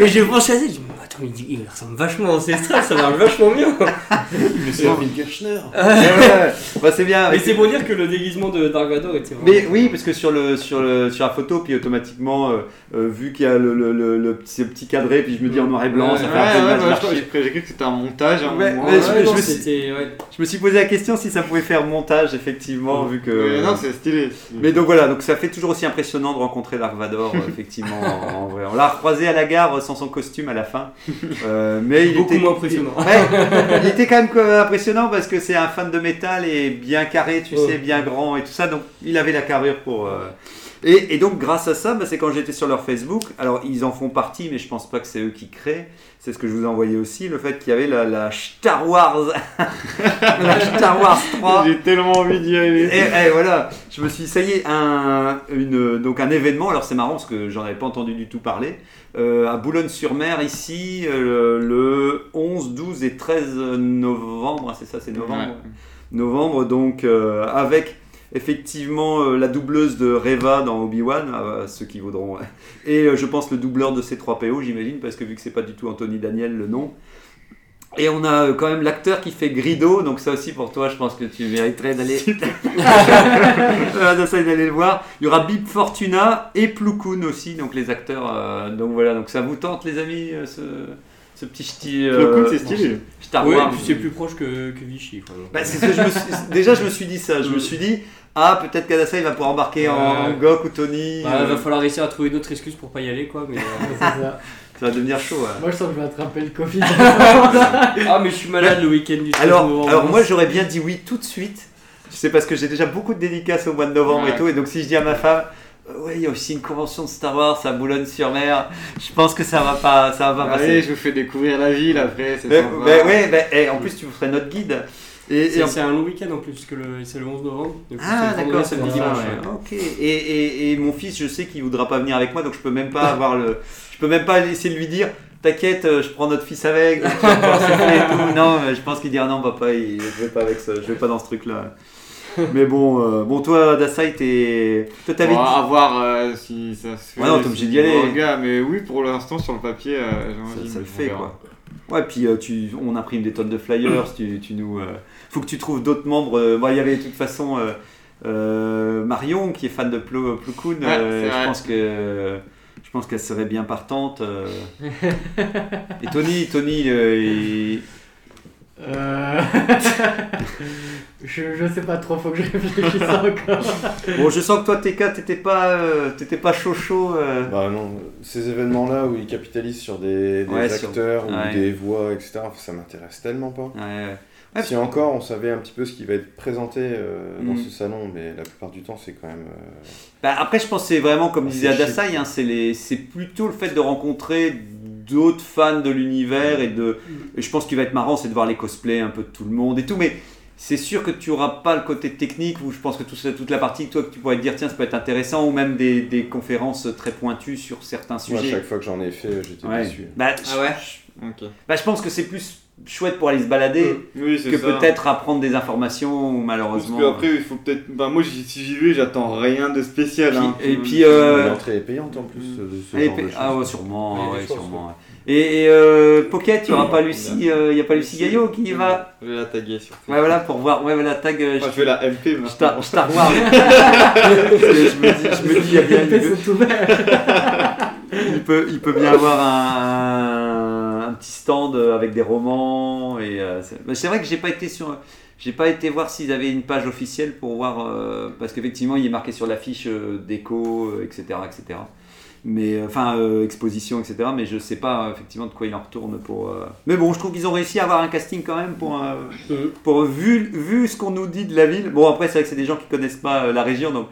S3: Et j'ai franchi la tête, j'ai dit, Mais attends, il, il ressemble vachement à ancestral, ça marche vachement bien.
S4: Mais c'est Irving Kirchner
S1: ouais, ouais. Bah, c'est bien.
S3: Mais c'est pour dire que le déguisement de Dark Vador était vraiment.
S1: Mais oui, parce que sur, le, sur, le, sur la photo, puis automatiquement, euh, euh, vu qu'il y a le, le, le, le petit, ce petit cadré, puis je me dis en noir et blanc, ça
S2: Ouais,
S1: fait un peu
S2: ouais,
S1: image
S2: bah, je crois-
S1: d'archive.
S2: j'ai j'ai cru que c'était un montage. à un
S1: Ouais,
S2: moment.
S1: mais je-
S3: Ah Ouais, non,
S1: me suis-
S3: c'était- ouais.
S1: Je me suis posé la question si ça pouvait faire montage, effectivement, vu que.
S2: Ouais, non, c'est stylé.
S1: Mais donc voilà, donc ça fait toujours aussi impressionnant de rencontrer Dark Vador, euh, effectivement, en, en vrai. On l'a recroisé à la gare euh, sans son costume à la fin. Euh, mais il
S3: Beaucoup
S1: était,
S3: moins impressionnant.
S1: Ouais, il était quand même euh, impressionnant parce que c'est un fan de métal et bien carré, tu
S3: Ouais.
S1: sais, bien grand et tout ça. Donc il avait la carrure pour. euh, Et, et donc grâce à ça, bah, c'est quand j'étais sur leur Facebook. Alors ils en font partie, mais je pense pas que c'est eux qui créent. C'est ce que je vous envoyais aussi, le fait qu'il y avait la, la Star Wars, la Star Wars 3.
S2: J'ai tellement envie d'y aller.
S1: Et, et eh, voilà, je me suis dit, ça y est, un, une, donc un événement, alors c'est marrant parce que j'en avais pas entendu du tout parler, euh, à Boulogne-sur-Mer ici, euh, le 11, 12 et 13 novembre, Ah, c'est ça, c'est novembre novembre, donc euh, avec effectivement euh, la doubleuse de Reva dans Obi-Wan, euh, ceux qui voudront, ouais. et euh, je pense le doubleur de C3PO, j'imagine, parce que vu que c'est pas du tout Anthony Daniel le nom. Et on a euh, quand même l'acteur qui fait Grido, donc ça aussi pour toi, je pense que tu mériterais d'aller Euh, de ça, d'aller le voir. Il y aura Bib Fortuna et Ploukoun aussi, donc les acteurs. euh, donc voilà, donc ça vous tente les amis, euh, ce, ce petit ch'ti.
S2: Le coup, c'est
S1: euh,
S2: stylé.
S1: Star
S3: Ouais, et
S1: Wars.
S3: puis Ah, c'est plus proche que, que Vichy. quoi.
S1: Bah, c'est ce que je me suis- Déjà, je me suis dit ça. Je me suis dit, ah, peut-être qu'Adassa il va pouvoir embarquer en
S3: Ouais.
S1: Gok ou Tony.
S3: Bah,
S1: euh,
S3: va falloir réussir à trouver une autre excuse pour pas y aller quoi. Mais,
S5: C'est
S3: euh,
S5: ça.
S1: Ça va devenir chaud. ouais.
S5: Moi, je sens que je vais attraper le Covid.
S3: ah mais je suis malade le week-end du 16
S1: Alors,
S3: novembre.
S1: alors moi, j'aurais bien dit oui tout de suite. C'est parce que j'ai déjà beaucoup de dédicaces au mois de novembre et
S2: Ouais.
S1: tout. Et donc, si je dis à ma femme, euh, ouais, il y a aussi une convention de Star Wars à Boulogne-sur-Mer, je pense que ça va pas, ça
S3: Ah
S1: va pas
S2: Allez,
S1: passer.
S2: je vous fais découvrir la ville après. C'est
S1: Mais,
S2: sympa.
S1: mais ouais, mais, eh, en plus, tu ferais notre guide. Et, et
S3: C'est
S1: en-
S3: c'est un long week-end en plus, parce que le- c'est le 11 novembre. donc
S1: Ah
S3: c'est
S1: d'accord,
S3: le vendredi,
S1: samedi
S3: samedi,
S1: dimanche.
S3: dimanche, ouais.
S1: Ok. Et, et, et mon fils, je sais qu'il voudra pas venir avec moi, donc je peux même pas avoir le, je peux même pas laisser lui dire. T'inquiète, euh, je prends notre fils avec. donc tu vas pouvoir souffler et tout. Non, mais je pense qu'il dira non, papa, il- je vais pas avec ça, je vais pas dans ce truc-là. Mais bon, euh, bon, toi, Dasai, t'es, toi, t'avais
S2: On va
S1: dit-
S2: voir euh, si ça se fait.
S1: Ouais, non, t'es
S2: si
S1: obligé
S2: tu
S1: d'y aller.
S2: vois, gars, mais oui, pour l'instant, sur le papier, euh, j'ai envie,
S1: ça, ça le
S2: mais on
S1: fait
S2: verra.
S1: quoi. Ouais, puis euh, tu, on imprime des tonnes de flyers. tu, tu nous, euh, faut que tu trouves d'autres membres. euh, bon, il y avait de toute façon euh, euh, Marion qui est fan de Plo, Ploukoun.
S2: Ouais,
S1: euh,
S2: c'est
S1: je
S2: vrai.
S1: pense que, je pense qu'elle serait bien partante. euh. Et Tony, Tony, euh, il-
S5: Euh, je, je sais pas trop, faut que je réfléchisse encore.
S1: bon, je sens que toi, TK, t'étais pas, euh, t'étais pas chaud chaud. euh.
S4: Bah non, ces événements-là où ils capitalisent sur des, des
S1: Ouais, sur-
S4: acteurs ou
S1: ouais.
S4: des voix, etc., enfin, ça m'intéresse tellement pas.
S1: Ouais, ouais. Ouais,
S4: Si encore on savait un petit peu ce qui va être présenté euh, dans
S1: Mm.
S4: ce salon, mais la plupart du temps c'est quand même. euh,
S1: Bah, après, je pense que c'est vraiment, comme
S4: Ah,
S1: disait
S4: c'est
S1: Adasai, hein, c'est les- c'est plutôt le fait de rencontrer d'autres fans de l'univers et de. et je pense qu'il va être marrant, c'est de voir les cosplays un peu de tout le monde et tout, mais. C'est sûr que tu auras pas le côté technique où je pense que tout ça- toute la partie que toi que tu pourrais te dire tiens ça peut être intéressant ou même des, des conférences très pointues sur certains
S4: Moi, à
S1: sujets.
S4: chaque fois que j'en ai fait, j'étais
S1: Ouais.
S4: déçu.
S1: Bah, je-
S2: Ah ouais Ok.
S1: bah, je pense que c'est plus chouette pour aller se balader
S2: Oui, Mm. c'est
S1: que
S2: ça.
S1: peut-être apprendre des informations ou
S2: Parce
S1: malheureusement.
S2: que après, il faut peut-être. Bah, moi, j'y- si j'y vais, j'attends rien de spécial. hein.
S1: Puis- et puis euh,
S4: L'entrée est payante en plus euh, de ce
S1: Elle est
S4: genre
S1: pa-
S4: de choses.
S1: ah ouais, sûrement,
S3: Oui,
S1: ouais,
S3: je pense,
S1: sûrement. ouais. Et, et, euh, Pocket, il n'y
S4: Mm.
S1: aura pas Lucie, euh, il y a pas Lucie Mm. Gaillot qui y va.
S2: Je vais la taguer sur
S1: Ouais, voilà, pour voir. Ouais, voilà, tag. euh,
S2: Enfin, je vais la MP maintenant.
S1: Star, Star Wars. Parce que je me dis, je me dis, il, y a bien- il peut,
S5: C'est ouvert.
S1: il peut- il peut bien avoir un, un petit stand euh, avec des romans. Et euh, c'est bah, c'est vrai que j'ai pas été sur, j'ai pas été voir s'ils avaient une page officielle pour voir euh, parce qu'effectivement il est marqué sur l'affiche euh, déco, euh, etc., etc. Mais euh, enfin euh, exposition, etc. Mais je sais pas euh, effectivement de quoi il en retourne pour. euh, Mais bon, je trouve qu'ils ont réussi à avoir un casting quand même pour. euh,
S3: Euh,
S1: pour vu, vu ce qu'on nous dit de la ville, bon après c'est vrai que c'est des gens qui connaissent pas euh, la région donc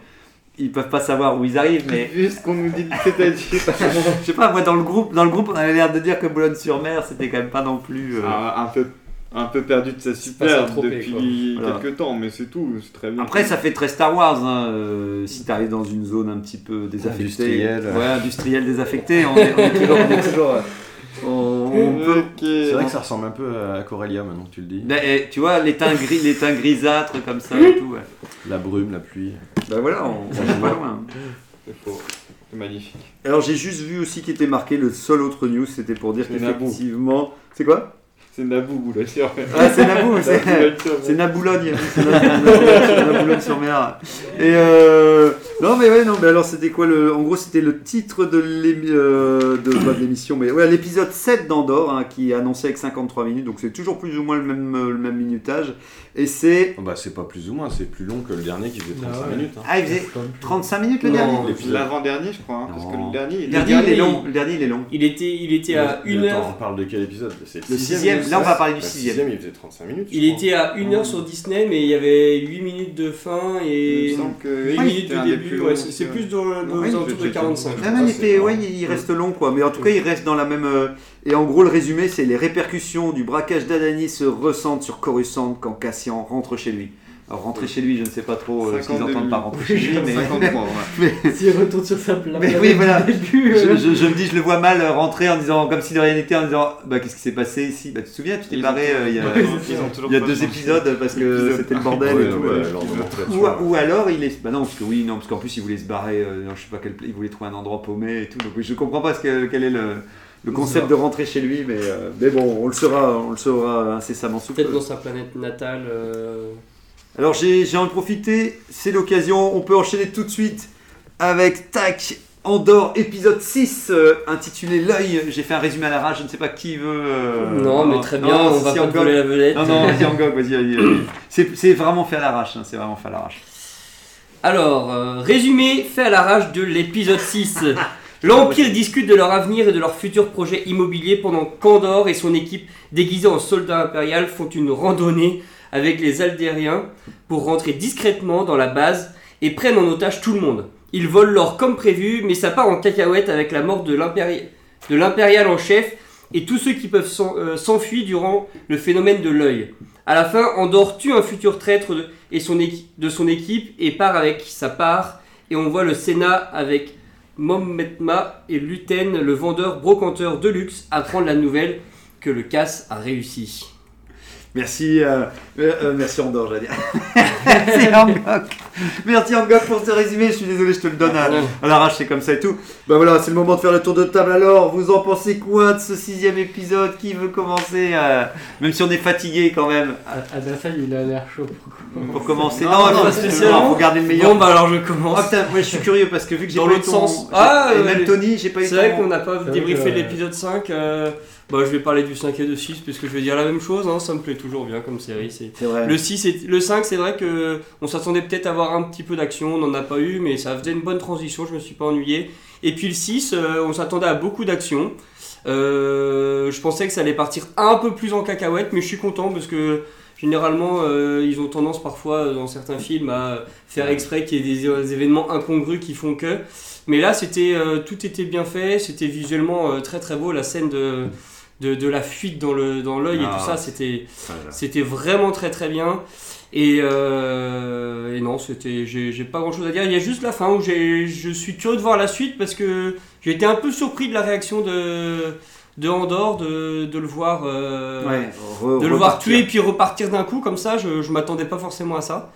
S1: ils peuvent pas savoir où ils arrivent, mais
S2: Vu ce qu'on nous dit, c'est-à-dire.
S1: je sais pas, moi dans le groupe, dans le groupe, on avait l'air de dire que Boulogne-sur-Mer, c'était quand même pas non plus. euh,
S2: Ah, un peu un peu perdu de sa
S3: pas ça,
S2: superbe
S3: Tropez,
S2: depuis
S1: quoi. Voilà.
S2: quelques temps, mais c'est tout, c'est très bien.
S1: Après, ça fait très Star Wars. hein, euh, si t'arrives dans une zone un petit peu désaffectée,
S4: Industrielle.
S1: ouais, industrielle désaffectée, on est, on est toujours, on est toujours, euh, on- on peut-
S2: Ok.
S4: C'est vrai que ça ressemble un peu à Corellia maintenant que tu le dis.
S1: Euh, Ben, eh, tu vois, les teints gris, les teints grisâtres comme ça et tout. Ouais.
S4: La brume, la pluie.
S1: Ben voilà, on, on est pas loin.
S2: C'est faux. C'est magnifique.
S1: Alors j'ai juste vu aussi qui était marqué le seul autre news, c'était pour dire
S2: C'est Naboo.
S1: qu'effectivement, c'est quoi
S2: C'est Naboo, vous lâchez.
S1: Ah c'est Naboo, c'est c'est Naboulogne, c'est Naboulogne sur Mer. Et euh, non mais ouais non mais alors c'était quoi le en gros c'était le titre de l'émi- euh, de pas de l'émission mais ouais l'épisode 7 d'Andorre hein, qui est annoncé avec 53 minutes donc c'est toujours plus ou moins le même euh, le même minutage et c'est
S4: Bah, c'est pas plus ou moins, c'est plus long que le dernier qui faisait 35
S5: ouais.
S4: minutes. hein.
S1: ah il faisait 35 minutes le dernier.
S4: l'épisode.
S2: L'avant-dernier, je crois, hein, parce que
S1: Non.
S2: le dernier,
S1: Le
S2: il est-
S1: dernier, il est long, le dernier il est long.
S3: Il était, il était à
S4: Mais
S3: 1
S4: Attends, on
S3: heure.
S4: parle de quel épisode C'est
S1: Bah, Le sixième, là on va parler du
S4: Le
S1: sixième.
S4: sixième, il faisait 35 minutes. je
S3: Il
S4: crois.
S3: était à 1 heure sur Disney, mais il y avait 8 minutes de fin et
S2: il me semble que
S3: 8
S2: oui,
S3: minutes
S2: c'était
S3: de
S2: un des
S3: début.
S2: plus euh,
S3: ouais,
S2: longs,
S3: c'est c'est
S2: ouais.
S3: plus dans le- dans
S1: Ouais,
S3: les
S1: je
S3: alentours
S2: vais
S3: de
S2: checker.
S3: 45.
S1: Non, non, il,
S4: Ah, c'est
S1: était-
S4: pas-
S1: ouais, il il reste long, quoi. Mais en tout cas, il reste dans la même. euh, Et en gros, le résumé, c'est les répercussions du braquage d'Adani se ressentent sur Coruscant quand Cassian rentre chez lui. Alors, rentrer chez lui, je ne sais pas trop euh, ce qu'ils
S2: 52
S1: entendent par rentrer chez lui, mais.
S2: 53, ouais.
S5: S'il retourne sur sa place.
S1: Mais oui, voilà.
S5: Au début,
S1: Je,
S5: euh,
S1: je- je me dis, je le vois mal euh, rentrer en disant, comme si de rien n'était, en disant, bah qu'est-ce qui s'est passé ici Bah tu te souviens, tu t'es
S2: Ils
S1: barré
S2: ont-
S1: euh, il y a,
S2: Ouais, ils ont toujours
S1: il y a
S4: bah,
S2: pas
S1: deux
S2: changé.
S1: épisodes parce que
S2: Épisode.
S1: c'était le bordel
S4: Ouais,
S1: et tout.
S4: ouais,
S1: euh.
S4: l'ordre de l'entrée, tu
S1: Ou,
S4: vois.
S1: ou alors il est. Bah non, parce que oui, non, parce qu'en plus il voulait se barrer, euh, dans je sais pas quel. pla- Il voulait trouver un endroit paumé et tout. Donc je comprends pas ce que- quel est le, le concept de rentrer chez lui, mais, euh, mais bon, on le saura, on le saura incessamment sous peu.
S3: Peut-être dans sa planète natale. euh,
S1: Alors j'ai j'ai en profité, c'est l'occasion, on peut enchaîner tout de suite avec Tac Andorre épisode 6 euh, intitulé L'œil. J'ai fait un résumé à l'arrache, je ne sais pas qui veut. euh,
S3: non, mais très bien,
S1: non,
S3: on
S1: si,
S3: va
S1: si,
S3: pas te
S1: Angok.
S3: voler la vedette.
S1: Non, non, vas-y, Angok, vas-y, vas-y, vas-y. C'est c'est vraiment fait à l'arrache, hein, c'est vraiment fait à l'arrache.
S3: Alors, euh, résumé fait à l'arrache de l'épisode 6. L'Empire discute de leur avenir et de leurs futurs projets immobiliers pendant qu'Andor et son équipe, déguisés en soldats impériaux, font une randonnée avec les Aldériens pour rentrer discrètement dans la base et prennent en otage tout le monde. Ils volent l'or comme prévu, mais ça part en cacahuète avec la mort de l'impéri- de l'impérial en chef et tous ceux qui peuvent s'en- euh, s'enfuir durant le phénomène de l'œil. À la fin, Andor tue un futur traître de, et son équi- de son équipe et part avec sa part. Et on voit le Sénat avec Mommetma et Luten, le vendeur brocanteur de luxe, apprendre la nouvelle que le casse a réussi.
S1: Merci, euh, euh, euh, merci Andorre, j'allais dire. merci Angok. Merci Angok pour ce résumé, je suis désolé, je te le donne à, à l'arrache, c'est comme ça et tout. Bah voilà, c'est le moment de faire le tour de table alors. Vous en pensez quoi de ce sixième épisode Qui veut commencer euh, Même si on est fatigué quand même.
S5: Ah, ah, ben ça, il a l'air chaud. pour-
S1: Pour commencer,
S3: Non,
S1: non,
S3: non,
S1: pas
S3: pas spécialement.
S1: Regardez le meilleur.
S3: Bon bah alors je
S1: Oh,
S3: commence.
S1: putain, ouais, je suis curieux parce que vu que j'ai
S3: Dans
S1: pas eu
S3: l'autre
S1: ton-
S3: sens.
S1: j'ai-
S3: Ah,
S1: et
S3: euh,
S1: même
S3: les-
S1: Tony, j'ai pas eu
S3: C'est vrai
S1: ton-
S3: qu'on n'a pas
S5: C'est vrai
S3: débriefé
S5: que-
S3: de l'épisode 5. euh, bah, je vais parler du 5 et du 6 puisque je vais dire la même chose. hein, ça me plaît toujours bien comme série. c'est-
S1: C'est vrai.
S3: Le, 6 et... le 5, c'est vrai que on s'attendait peut-être à avoir un petit peu d'action. On n'en a pas eu, mais ça faisait une bonne transition. Je me suis pas ennuyé. Et puis le 6, euh, on s'attendait à beaucoup d'action. Euh, je pensais que ça allait partir un peu plus en cacahuète, mais je suis content parce que généralement, euh, ils ont tendance parfois euh, dans certains films à faire exprès qu'il y ait des, euh, des événements incongrus qui font que. Mais là, c'était euh, tout était bien fait, c'était visuellement euh, très très beau. La scène de, de, de la fuite dans le dans l'œil
S1: Ah.
S3: et tout ça, c'était
S4: Voilà.
S3: c'était vraiment très très bien. Et, euh, et non, c'était, j'ai j'ai pas grand chose à dire. Il y a juste la fin où j'ai- je suis curieux de voir la suite parce que j'ai été un peu surpris de la réaction de, de Andorre, de, de le voir, euh,
S1: Ouais,
S3: de
S1: re-
S3: le voir
S1: repartir.
S3: tuer puis repartir d'un coup comme ça. Je, je m'attendais pas forcément à ça.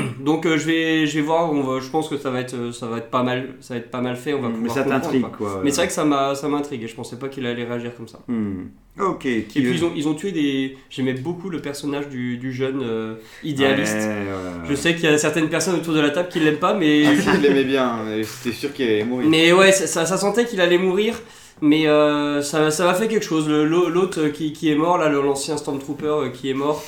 S3: Donc euh, je vais, je vais voir. On va, je pense que ça va être, euh, ça va être pas mal, ça va être pas mal fait. On va
S1: Mm, Mais
S3: pouvoir
S1: ça
S3: comprendre,
S1: t'intrigue
S3: quoi.
S1: quoi.
S3: Mais c'est vrai que ça m'a, ça m'intrigue. et Je pensais pas qu'il allait réagir comme ça.
S1: Hmm. Ok. Qui
S3: Et puis ils ont, ils ont tué des. J'aimais beaucoup le personnage du, du jeune euh, idéaliste. Je
S1: idéaliste.
S3: sais qu'il y a certaines personnes autour de la table qui l'aiment pas, mais.
S2: Ah, si, je l'aimais bien, mais j'étais sûr qu'il allait mourir.
S3: mais ouais, ça, ça- ça sentait qu'il allait mourir, mais euh, ça ça m'a fait quelque chose. Le- l'au- L'autre euh, qui, qui est mort, là, le- l'ancien Stormtrooper euh, qui est mort,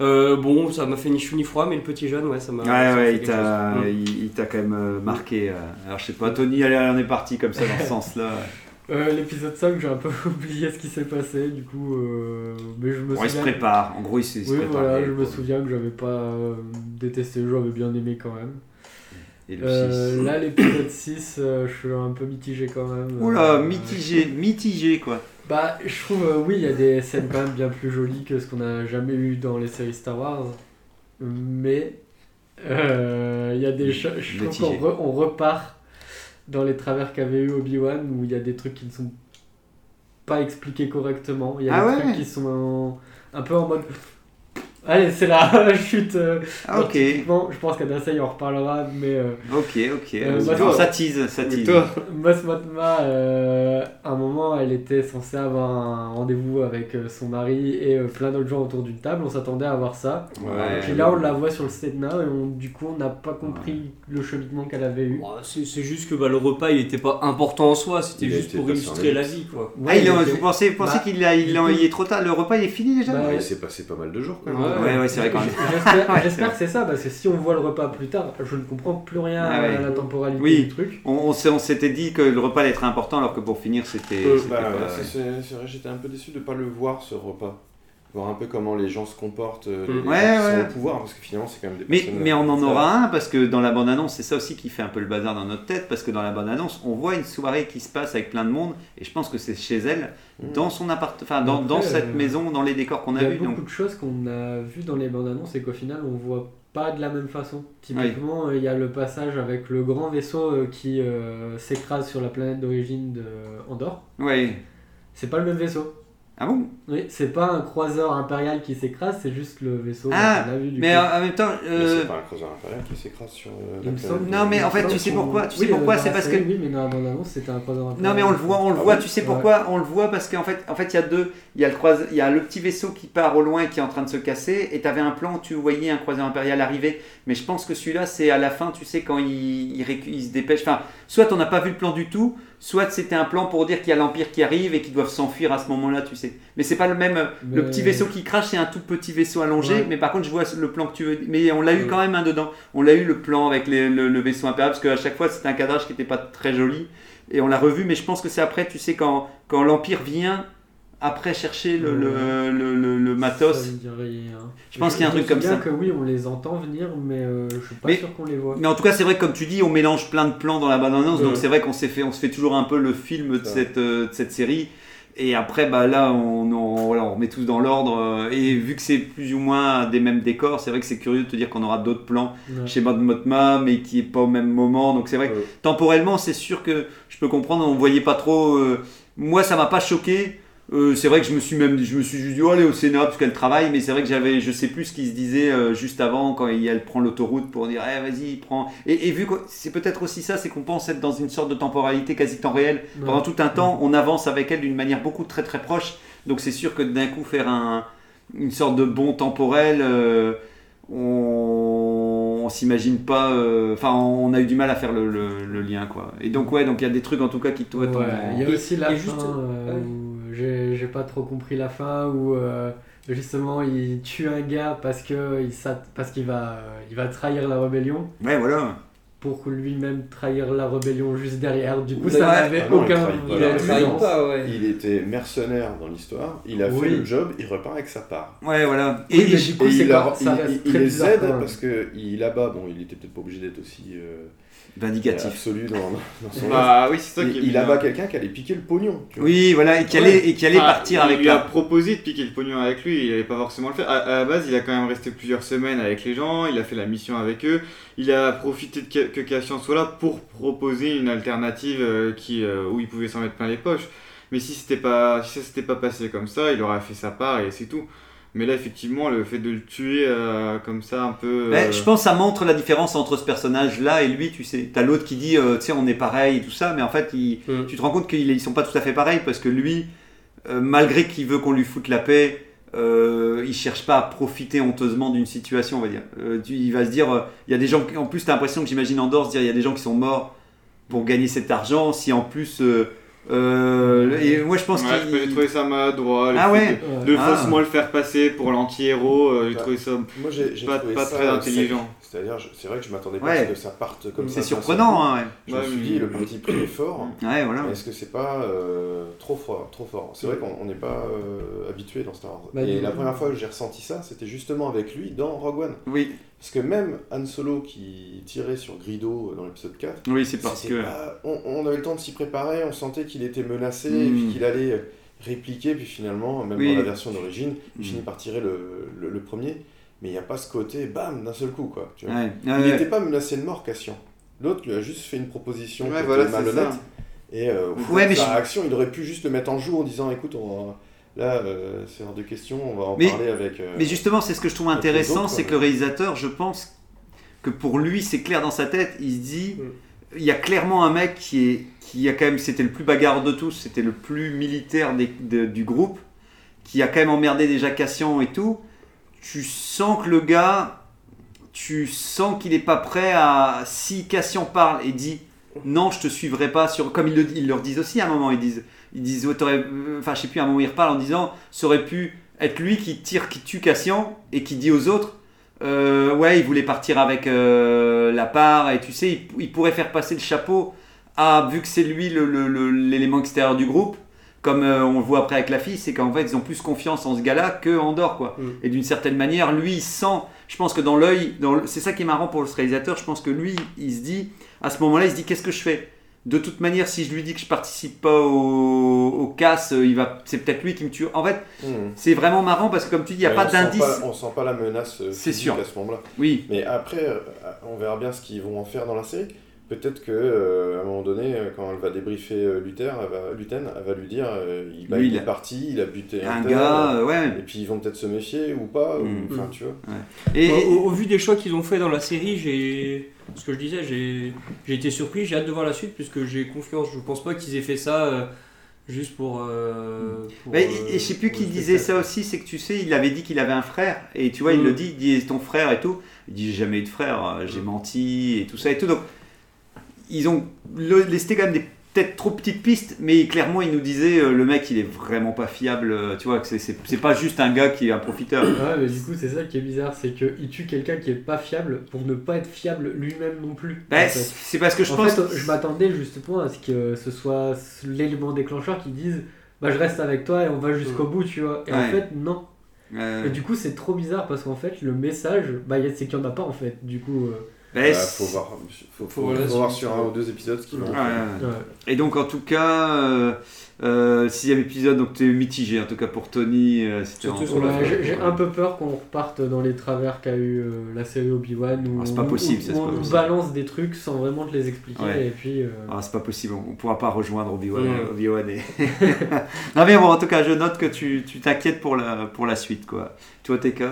S3: euh, bon, ça m'a fait ni chaud ni froid, mais le petit jeune, ouais, ça m'a.
S1: Ouais,
S3: ça m'a fait
S1: ouais, il
S3: quelque
S1: t'a,
S3: chose. Mm.
S1: il, il t'a quand même euh, marqué. euh. Alors, je sais pas, Tony, allez, allez, on est parti comme ça dans ce sens-là.
S5: Euh, L'épisode 5, j'ai un peu oublié ce qui s'est passé, du coup. euh, Mais je me
S1: Bon, il se
S5: souviens.
S1: prépare. En gros, il se, il se
S5: Oui,
S1: prépare.
S5: voilà,
S1: Et-
S5: je me souviens que j'avais pas euh, détesté, j'avais bien aimé quand même.
S4: Et le
S5: Euh,
S4: 6.
S5: là, l'épisode 6, euh, je suis un peu mitigé quand même.
S1: Oula,
S5: Euh,
S1: mitigé, mitigé quoi.
S5: Bah, je trouve, euh, oui, il y a des scènes quand même bien plus jolies que ce qu'on a jamais eu dans les séries Star Wars. Mais euh, il y a des cho- je trouve
S1: Mitigé.
S5: qu'on re- on repart dans les travers qu'avait eu Obi-Wan où il y a des trucs qui ne sont pas expliqués correctement. Il y a
S1: Ah
S5: des
S1: ouais
S5: trucs qui sont en- un peu en mode. Allez, c'est la chute. euh,
S1: Ah, ok,
S5: typiquement, je pense qu'à Nassau, il en reparlera, mais. euh,
S1: ok, ok.
S5: Euh,
S1: Bon,
S5: toi-
S1: ça tease, ça tease.
S2: toi
S5: Mos Motma, euh, à un moment, elle était censée avoir un rendez-vous avec euh, son mari et euh, plein d'autres gens autour d'une table. On s'attendait à voir ça.
S1: Ouais.
S5: Puis là, on la voit sur le Sedna et on- du coup, on n'a pas compris le cheminement qu'elle avait eu.
S3: Bon, c'est c'est juste que bah, le repas il était pas important en soi, c'était
S4: Il a
S3: juste
S4: été
S3: pour
S4: passé en
S3: illustrer
S4: ligne.
S3: la vie quoi.
S1: Ah, il est-
S5: Ouais,
S1: vous pensez, vous pensez
S5: Bah,
S1: qu'il a- il en-
S5: du coup-
S1: il est trop tard Le repas il est fini déjà
S5: Bah,
S4: Ouais, il s'est passé pas mal de jours quand même.
S3: Ouais.
S1: Ouais, ouais, c'est vrai quand même.
S5: J'espère
S1: Ouais, c'est
S5: j'espère que c'est ça, parce que si on voit le repas plus tard, je ne comprends plus rien
S1: Ah ouais.
S5: à la temporalité
S1: Oui.
S5: du truc.
S1: On, on s'est- on s'était dit que le repas allait être important alors que pour finir c'était.
S4: Euh,
S1: c'était
S4: bah,
S1: pas-
S4: c'est- c'est c'est vrai, j'étais un peu déçu de ne pas le voir ce repas. Voir un peu comment les gens se comportent, euh, les
S3: Mm.
S4: gens
S1: Ouais,
S4: qui
S1: ouais.
S4: sont au pouvoir, parce que finalement c'est quand même des
S1: Mais,
S4: personnes. euh,
S1: mais on en aura un parce que dans la bande-annonce, c'est ça aussi qui fait un peu le bazar dans notre tête, parce que dans la bande-annonce, on voit une soirée qui se passe avec plein de monde, et je pense que c'est chez elle,
S4: Mm.
S1: dans son appart, enfin dans,
S5: Après,
S1: dans cette
S5: euh,
S1: maison, dans les décors qu'on a,
S5: il y a
S1: vus.
S5: beaucoup
S1: Donc,
S5: de choses qu'on a vues dans les bandes annonces et qu'au final, on voit pas de la même façon. Typiquement, euh, il y a le passage avec le grand vaisseau euh, qui euh, s'écrase sur la planète d'origine de Andorre.
S1: ouais.
S5: C'est pas le même vaisseau.
S1: Ah bon
S5: Oui, c'est pas un croiseur impérial qui s'écrase, c'est juste le vaisseau
S1: Ah,
S5: qu'on a vu du
S1: Mais
S5: coup.
S1: euh, en même temps,
S4: Mais
S1: euh,
S4: c'est pas un croiseur impérial qui s'écrase sur euh, la
S5: Il me
S4: planète.
S5: semble-
S1: Non, mais
S5: il me
S1: en fait,
S5: semble
S1: tu sais
S5: qu'on-
S1: pourquoi, tu sais
S5: Oui, euh,
S1: pourquoi,
S5: dans
S1: c'est
S5: la
S1: parce
S5: série,
S1: que-
S5: Oui, mais dans la bande annonce, c'était un croiseur impérial.
S1: Non mais on le voit, on le
S4: Ah
S1: voit,
S4: oui
S1: tu sais
S5: Ouais.
S1: pourquoi On le voit parce qu'en fait, en fait, il y a deux, il y a le croise, il y a le petit vaisseau qui part au loin et qui est en train de se casser, et t'avais un plan où tu voyais un croiseur impérial arriver, mais je pense que celui-là, c'est à la fin, tu sais, quand il, il, récu- il se dépêche. Enfin, soit on n'a pas vu le plan du tout, soit c'était un plan pour dire qu'il y a l'empire qui arrive et qu'ils doivent s'enfuir à ce moment-là, tu sais. Mais c'est pas le même. Le
S5: Mais-
S1: petit vaisseau qui crache, c'est un tout petit vaisseau allongé,
S5: Ouais.
S1: mais par contre, je vois le plan que tu veux. Mais on l'a eu
S3: Mm.
S1: quand même un dedans. On l'a eu le plan avec les- le, le vaisseau impérial, parce qu'à chaque fois, c'était un cadrage qui n'était pas très joli. Et on l'a revu, mais je pense que c'est après, tu sais, quand, quand l'Empire vient, après chercher le, le, le, le- le matos.
S5: Ça me dit rien.
S1: Je pense qu'il y a un
S5: me
S1: truc comme
S5: souviens
S1: ça.
S5: que oui, on les entend venir, mais euh, je suis pas
S1: Mais-
S5: sûr qu'on les voit.
S1: Mais en tout cas, c'est vrai que comme tu dis, on mélange plein de plans dans la bande-annonce, donc
S3: Ouais.
S1: c'est vrai qu'on s'est fait, on se fait toujours un peu le film de
S4: Ça.
S1: cette, euh, de cette série. Et après, bah là, on, on, voilà, on remet tous dans l'ordre. euh, Et vu que c'est plus ou moins des mêmes décors, c'est vrai que c'est curieux de te dire qu'on aura d'autres plans
S5: Ouais.
S1: chez Mad Motma, mais qui est pas au même moment. Donc c'est vrai que
S4: Ouais.
S1: temporellement, c'est sûr que je peux comprendre. On voyait pas trop. euh, moi, ça m'a pas choqué. Euh, c'est vrai que je me suis même, je me suis juste dit, oh, allez au Sénat parce qu'elle travaille. Mais c'est vrai que j'avais, je sais plus ce qui se disait euh, juste avant quand il- elle prend l'autoroute pour dire, eh, vas-y, prends. Et, et vu que c'est peut-être aussi ça, c'est qu'on pense être dans une sorte de temporalité quasi temps réel.
S5: Ouais.
S1: Pendant tout un temps, on avance avec elle d'une manière beaucoup très très proche. Donc c'est sûr que d'un coup, faire un- une sorte de bond temporel, euh, on, on s'imagine pas. euh, Enfin, on a eu du mal à faire le, le- le lien quoi. Et donc, ouais, donc il y a des trucs en tout cas qui toi
S5: Ouais,
S1: t'ont-
S5: il y a
S3: Et-
S5: aussi la
S3: et
S5: fin
S3: juste- Ah
S5: euh,
S3: ouais.
S5: où j'ai j'ai pas trop compris la fin où euh, justement il tue un gars parce que il s'att- parce qu'il va euh, il va trahir la rébellion
S1: Ouais, voilà.
S5: pour lui-même trahir la rébellion juste derrière. Du coup
S1: Ouais.
S5: ça n'avait
S4: Ah non, il
S5: aucun
S4: trahit pas
S3: Il
S4: Voilà,
S3: a
S4: mais
S3: travaillé
S4: non.
S3: pas, ouais.
S4: Il était mercenaire dans l'histoire, il a fait
S5: Oui.
S4: le job, il repart avec sa part.
S1: Ouais, voilà.
S5: Oui, mais
S1: et-
S5: du coup
S4: Et
S5: c'est
S4: il, la-
S5: quand- ça
S4: il-
S5: reste
S4: il- il
S5: très
S4: les
S5: bizarre,
S4: aide
S5: quand même.
S4: parce que il là-bas, bon, il était peut-être pas obligé d'être aussi euh,
S1: Vindicatif.
S4: absolu dans, dans son.
S2: Bah oui, c'est ça qui est
S4: il, il
S2: bien.
S4: abat quelqu'un qui allait piquer le pognon. Tu vois.
S1: Oui, voilà, et qui allait, et qui allait
S2: Ah,
S1: partir
S2: il
S1: avec
S2: lui a
S1: la.
S2: proposé de piquer le pognon avec lui, il allait pas forcément le faire. À, à la base, il a quand même resté plusieurs semaines avec les gens, il a fait la mission avec eux, il a profité de que, que Cassian soit là pour proposer une alternative euh, qui, euh, où il pouvait s'en mettre plein les poches. Mais si c'était pas, si ça s'était pas passé comme ça, il aurait fait sa part et c'est tout. Mais là, effectivement, le fait de le tuer euh, comme ça, un peu.
S1: Ouais,
S2: euh,
S1: Ben, je pense que ça montre la différence entre ce personnage-là et lui, tu sais. T'as l'autre qui dit, euh, tu sais, on est pareil et tout ça, mais en fait, il,
S3: Mm.
S1: tu te rends compte qu'ils ne sont pas tout à fait pareils parce que lui, euh, malgré qu'il veut qu'on lui foute la paix, euh, il cherche pas à profiter honteusement d'une situation, on va dire. Euh, tu- il va se dire, euh, il y a des gens, qui- en plus, tu as l'impression que j'imagine Andorre se dire, il y a des gens qui sont morts pour gagner cet argent, si en plus. euh, euh, et moi, je pense
S2: ouais,
S1: qu'il.
S2: j'ai trouvé ça maladroit. le
S1: Ah
S2: fait
S1: ouais.
S5: Ouais.
S2: De, de
S1: Ah.
S2: faussement le faire passer pour l'anti-héros, euh, j'ai
S4: Bah,
S2: trouvé ça
S4: Moi, j'ai j'ai
S2: pas,
S4: trouvé
S2: pas
S4: ça
S2: très
S4: euh,
S2: intelligent.
S4: sec. C'est-à-dire, je- c'est vrai que je m'attendais pas
S1: Ouais.
S4: à ce que ça parte comme ça.
S1: C'est surprenant, hein, Mm.
S4: Je me
S2: Ouais,
S4: suis
S2: mais-
S4: dit, le parti pris est fort.
S1: ouais. Ouais, voilà.
S4: mais Est-ce que c'est pas euh, trop fort, trop fort C'est vrai qu'on on n'est pas euh, habitué dans Star Wars.
S5: Bah,
S4: et
S5: du
S4: la
S5: coup-
S4: première fois que j'ai ressenti ça, c'était justement avec lui dans Rogue One.
S1: Oui,
S6: Parce que même Han Solo qui tirait sur
S4: euh,
S6: Grido dans l'épisode 4,
S1: Oui, c'est parce
S6: c'était
S1: que.
S6: pas- on, on avait le temps de s'y préparer, on sentait qu'il était menacé,
S1: Mm.
S6: et puis qu'il allait euh, répliquer, puis finalement, même
S1: Oui.
S6: dans la version d'origine, il
S1: Mm.
S6: finit par tirer le, le- le premier, mais il n'y a pas ce côté, bam, d'un seul coup, quoi. tu vois.
S1: Ouais,
S6: Il
S1: ouais,
S6: n'était pas menacé de mort, Cassian. L'autre lui a juste fait une proposition
S2: Ouais,
S6: qui était
S2: voilà, c'est
S6: malhonnête.
S2: ça.
S6: Et euh, au fond,
S1: Ouais, mais
S6: sa
S1: je-
S6: réaction, il aurait pu juste le mettre en joue en disant écoute, on va- là, euh, c'est hors de question, on va en
S1: Mais-
S6: parler avec. euh,
S1: Mais justement, c'est ce que je trouve
S6: Après les
S1: intéressant,
S6: autres,
S1: c'est
S6: euh,
S1: que le réalisateur, je pense que pour lui, c'est clair dans sa tête, il se dit,
S3: Mm.
S1: il y a clairement un mec qui, est, qui a quand même, c'était le plus bagarre de tous, c'était le plus militaire des- de- du groupe, qui a quand même emmerdé déjà Cassian et tout. Tu sens que le gars, tu sens qu'il n'est pas prêt à... Si Cassian parle et dit... Non, je te suivrai pas sur. Comme ils, le- ils leur disent aussi à un moment, ils disent, ils disent, ouais, t'aurais- euh, enfin, je sais plus, à un moment ils reparlent en disant, ça aurait pu être lui qui tire, qui tue Cassian et qui dit aux autres euh, Ouais, il voulait partir avec euh, la part, et tu sais, il, il pourrait faire passer le chapeau à, vu que c'est lui le- le- le- l'élément extérieur du groupe, comme euh, on le voit après avec la fille, c'est qu'en fait, ils ont plus confiance en ce gars-là que en Andorre, quoi.
S3: Mm.
S1: Et d'une certaine manière, lui, il sent, je pense que dans l'œil, dans le- c'est ça qui est marrant pour le réalisateur, je pense que lui, il se dit, à ce moment-là, il se dit Qu'est-ce que je fais de toute manière, si je lui dis que je participe pas au, au casse, euh, il va, c'est peut-être lui qui me tue. En fait,
S6: hmm.
S1: c'est vraiment marrant parce que comme tu dis, il n'y a
S6: Mais
S1: pas
S6: on sent
S1: d'indice.
S6: pas- On sent pas la menace euh,
S1: C'est
S6: physique
S1: sûr.
S6: à ce moment-là.
S1: Oui,
S6: Mais après, euh, on verra bien ce qu'ils vont en faire dans la série. Peut-être que euh, à un moment donné, euh, quand elle va débriefer euh, Luther, elle va, Luten, elle va lui dire euh, il, bah,
S1: Lui,
S6: il
S1: il
S6: est
S1: a-
S6: parti, il a buté un,
S1: un
S6: tel,
S1: gars, euh,
S6: euh,
S1: ouais.
S6: Et puis ils vont peut-être se méfier ou pas. ou-
S1: Mm.
S6: Enfin, tu vois.
S1: Et,
S6: Oh,
S3: Moi, au, au vu des choix qu'ils ont fait dans la série, j'ai ce que je disais, j'ai j'ai été surpris, j'ai hâte de voir la suite puisque j'ai confiance. Je pense pas qu'ils aient fait ça euh, juste pour. euh, pour,
S1: mais-
S6: oh,
S3: euh,
S1: et je sais plus
S3: pour
S1: qui
S3: le
S1: disait ça
S3: spectacle.
S1: aussi, c'est que tu sais, il avait dit qu'il avait un frère. Et tu vois, il
S3: Mm.
S1: le dit, il dit ton frère et tout. Il dit j'ai jamais eu de frère, euh, j'ai menti et tout ça et tout. Donc, ils ont le- laissé quand même des peut-être trop petites pistes, mais clairement, il nous disait euh, le mec, il est vraiment pas fiable. euh, Tu vois, que c'est- c'est c'est pas juste un gars qui est un profiteur.
S5: Ouais, mais du coup, c'est ça qui est bizarre, c'est qu'il tue quelqu'un qui est pas fiable pour ne pas être fiable lui-même non plus.
S3: Bah,
S1: Ben,
S5: en fait.
S1: c'est c'est parce que je
S5: En
S1: pense.
S5: fait, je m'attendais justement à ce que ce soit l'élément déclencheur qui dise bah je reste avec toi et on va jusqu'au bout tu vois et en
S1: Mm. Ouais.
S5: fait non
S1: Euh,
S5: et du coup c'est trop bizarre parce qu'en fait le message bah y a- c'est qu'il y en a pas en fait du coup euh,
S1: ben,
S6: Bah,
S1: c'est-
S6: faut voir, faut, faut- faut
S3: voir la
S6: voir
S3: suite.
S6: sur un ou deux épisodes ce qu'ils vont en
S4: Ah,
S1: Ouais,
S6: faire.
S1: ouais.
S5: ouais.
S1: euh, Et donc en tout cas, euh, euh, sixième épisode, donc t'es mitigé en tout cas pour Tony. euh, c'était
S3: Surtout
S1: en-
S3: sur la
S5: Ouais, j'ai- j'ai un peu peur qu'on reparte dans les travers qu'a eu euh, la série Obi-Wan où
S1: Ah, c'est pas
S5: on-
S1: possible,
S5: où
S1: ça, c'est
S5: on
S1: pas
S5: nous
S1: possible.
S5: balance des trucs sans vraiment te les expliquer
S1: Ouais.
S5: et puis euh,
S1: Ah, c'est pas possible, on on pourra pas rejoindre Obi-Wan.
S4: Mm.
S1: euh,
S3: Ouais.
S1: Obi-Wan et- non mais bon, en tout cas, je note que tu tu t'inquiètes pour la, pour la suite quoi. Toi, TK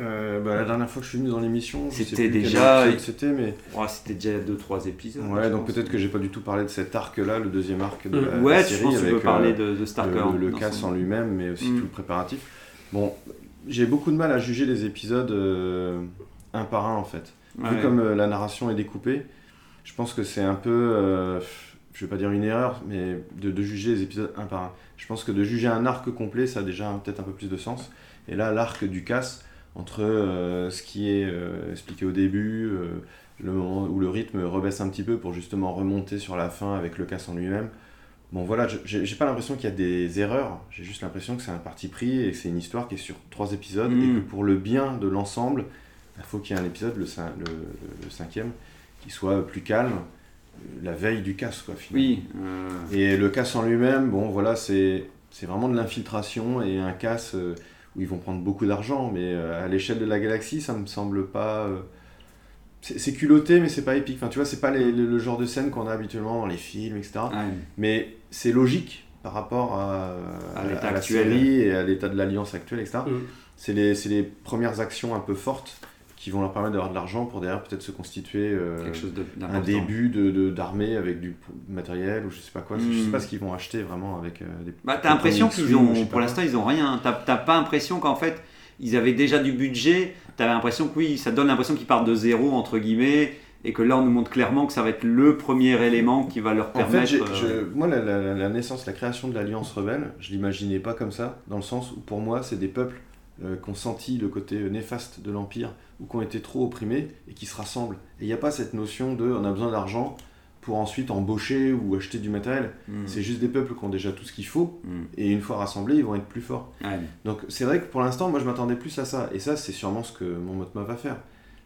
S4: Euh, bah, la dernière fois que je suis venu dans l'émission, je sais
S1: C'était
S4: plus quel
S1: déjà-
S4: épisode C'était, mais.
S1: oh, C'était déjà 2-3 épisodes.
S4: Ouais,
S1: je
S4: donc
S1: pense. hein.
S4: peut-être que j'ai pas du tout parlé de cet arc-là, le deuxième arc
S3: Mm.
S4: de la, la
S1: Ouais,
S4: série.
S1: je pense que tu
S4: avec,
S1: peux parler
S4: euh,
S1: de, de Stark
S4: le-
S1: hein,
S4: le, le
S1: dans
S4: casse
S1: son-
S4: en lui-même, mais aussi
S1: Mm.
S4: tout le préparatif. Bon, j'ai beaucoup de mal à juger les épisodes euh, un par un en fait.
S1: Ouais.
S4: Vu comme euh, la narration est découpée, je pense que c'est un peu, euh, je vais pas dire une erreur, mais de, de juger les épisodes un par un. Je pense que de juger un arc complet, ça a déjà un- peut-être un peu plus de sens. Et là, l'arc du casse entre euh, ce qui est euh, expliqué au début, euh, le moment où le rythme rebaisse un petit peu pour justement remonter sur la fin avec le casse en lui-même. Bon voilà, je- j'ai j'ai pas l'impression qu'il y a des erreurs, j'ai juste l'impression que c'est un parti pris et que c'est une histoire qui est sur trois épisodes et
S1: Mhm.
S4: que pour le bien de l'ensemble, il faut qu'il y ait un épisode, le, cin- le, le cinquième, qui soit plus calme, euh, la veille du casse quoi finalement.
S1: Oui. euh,
S4: Et le casse en lui-même, bon voilà, c'est c'est vraiment de l'infiltration et un casse euh, où ils vont prendre beaucoup d'argent, mais euh, à l'échelle de la galaxie, ça me semble pas. euh, c'est c'est culotté, mais c'est pas épique. Enfin, tu vois, c'est pas les- le, le genre de scène qu'on a habituellement dans les films, etc.
S1: ouais.
S4: Mais c'est logique par rapport à,
S1: À l'état
S4: la
S1: actuel.
S4: série et à l'état de l'alliance actuelle, etc.
S3: Mm.
S4: C'est les, c'est les premières actions un peu fortes qui vont leur permettre d'avoir de l'argent pour derrière peut-être se constituer euh,
S1: Quelque chose de-
S4: un
S1: d'important.
S4: début de- de- d'armée avec du p- matériel ou je sais pas quoi. Je sais
S1: Hmm.
S4: pas ce qu'ils vont acheter vraiment avec euh, des.
S1: Bah, t'as
S4: des
S1: l'impression
S4: comics
S1: qu'ils
S4: ou je
S1: ont,
S4: sais
S1: pour
S4: pas.
S1: l'instant, ils ont rien. T'as t'as pas l'impression qu'en fait, ils avaient déjà du budget. T'avais l'impression que oui, ça donne l'impression qu'ils partent de zéro, entre guillemets, et que là, on nous montre clairement que ça va être le premier élément qui va leur
S4: En fait,
S1: permettre.
S4: j'ai-
S1: euh,
S4: je- moi, la, la- la naissance, la création de l'Alliance Rebelle, je l'imaginais pas comme ça, dans le sens où pour moi, c'est des peuples euh, qui ont senti le côté euh, néfaste de l'Empire ou qui ont été trop opprimés et qui se rassemblent. Et il n'y a pas cette notion de on a besoin d'argent pour ensuite embaucher ou acheter du matériel.
S1: Mm.
S4: C'est juste des peuples qui ont déjà tout ce qu'il faut,
S1: Mm.
S4: et une fois rassemblés, ils vont être plus forts.
S1: Ouais.
S4: Donc c'est vrai que pour l'instant, moi je m'attendais plus à ça. Et ça, c'est sûrement ce que mon Motma va faire.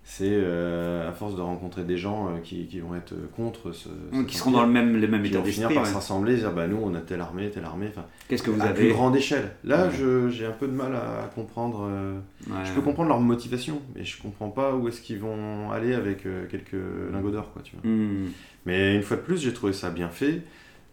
S4: C'est euh, à force de rencontrer des gens euh, qui, qui vont être euh, contre ce.
S1: Donc, qui seront dans le même, le même état
S4: finir
S1: d'esprit.
S4: par
S1: ouais.
S4: se rassembler et dire bah nous on a telle armée, telle armée. Enfin,
S1: Qu'est-ce que vous
S4: à
S1: avez
S4: plus grande échelle. Là,
S1: Ouais.
S4: je- j'ai un peu de mal à, comprendre. euh,
S1: Ouais.
S4: Je peux comprendre leur motivation, mais je comprends pas où est-ce qu'ils vont aller avec euh, quelques lingots d'or, quoi, tu vois.
S1: Hmm.
S4: Mais une fois de plus, j'ai trouvé ça bien fait.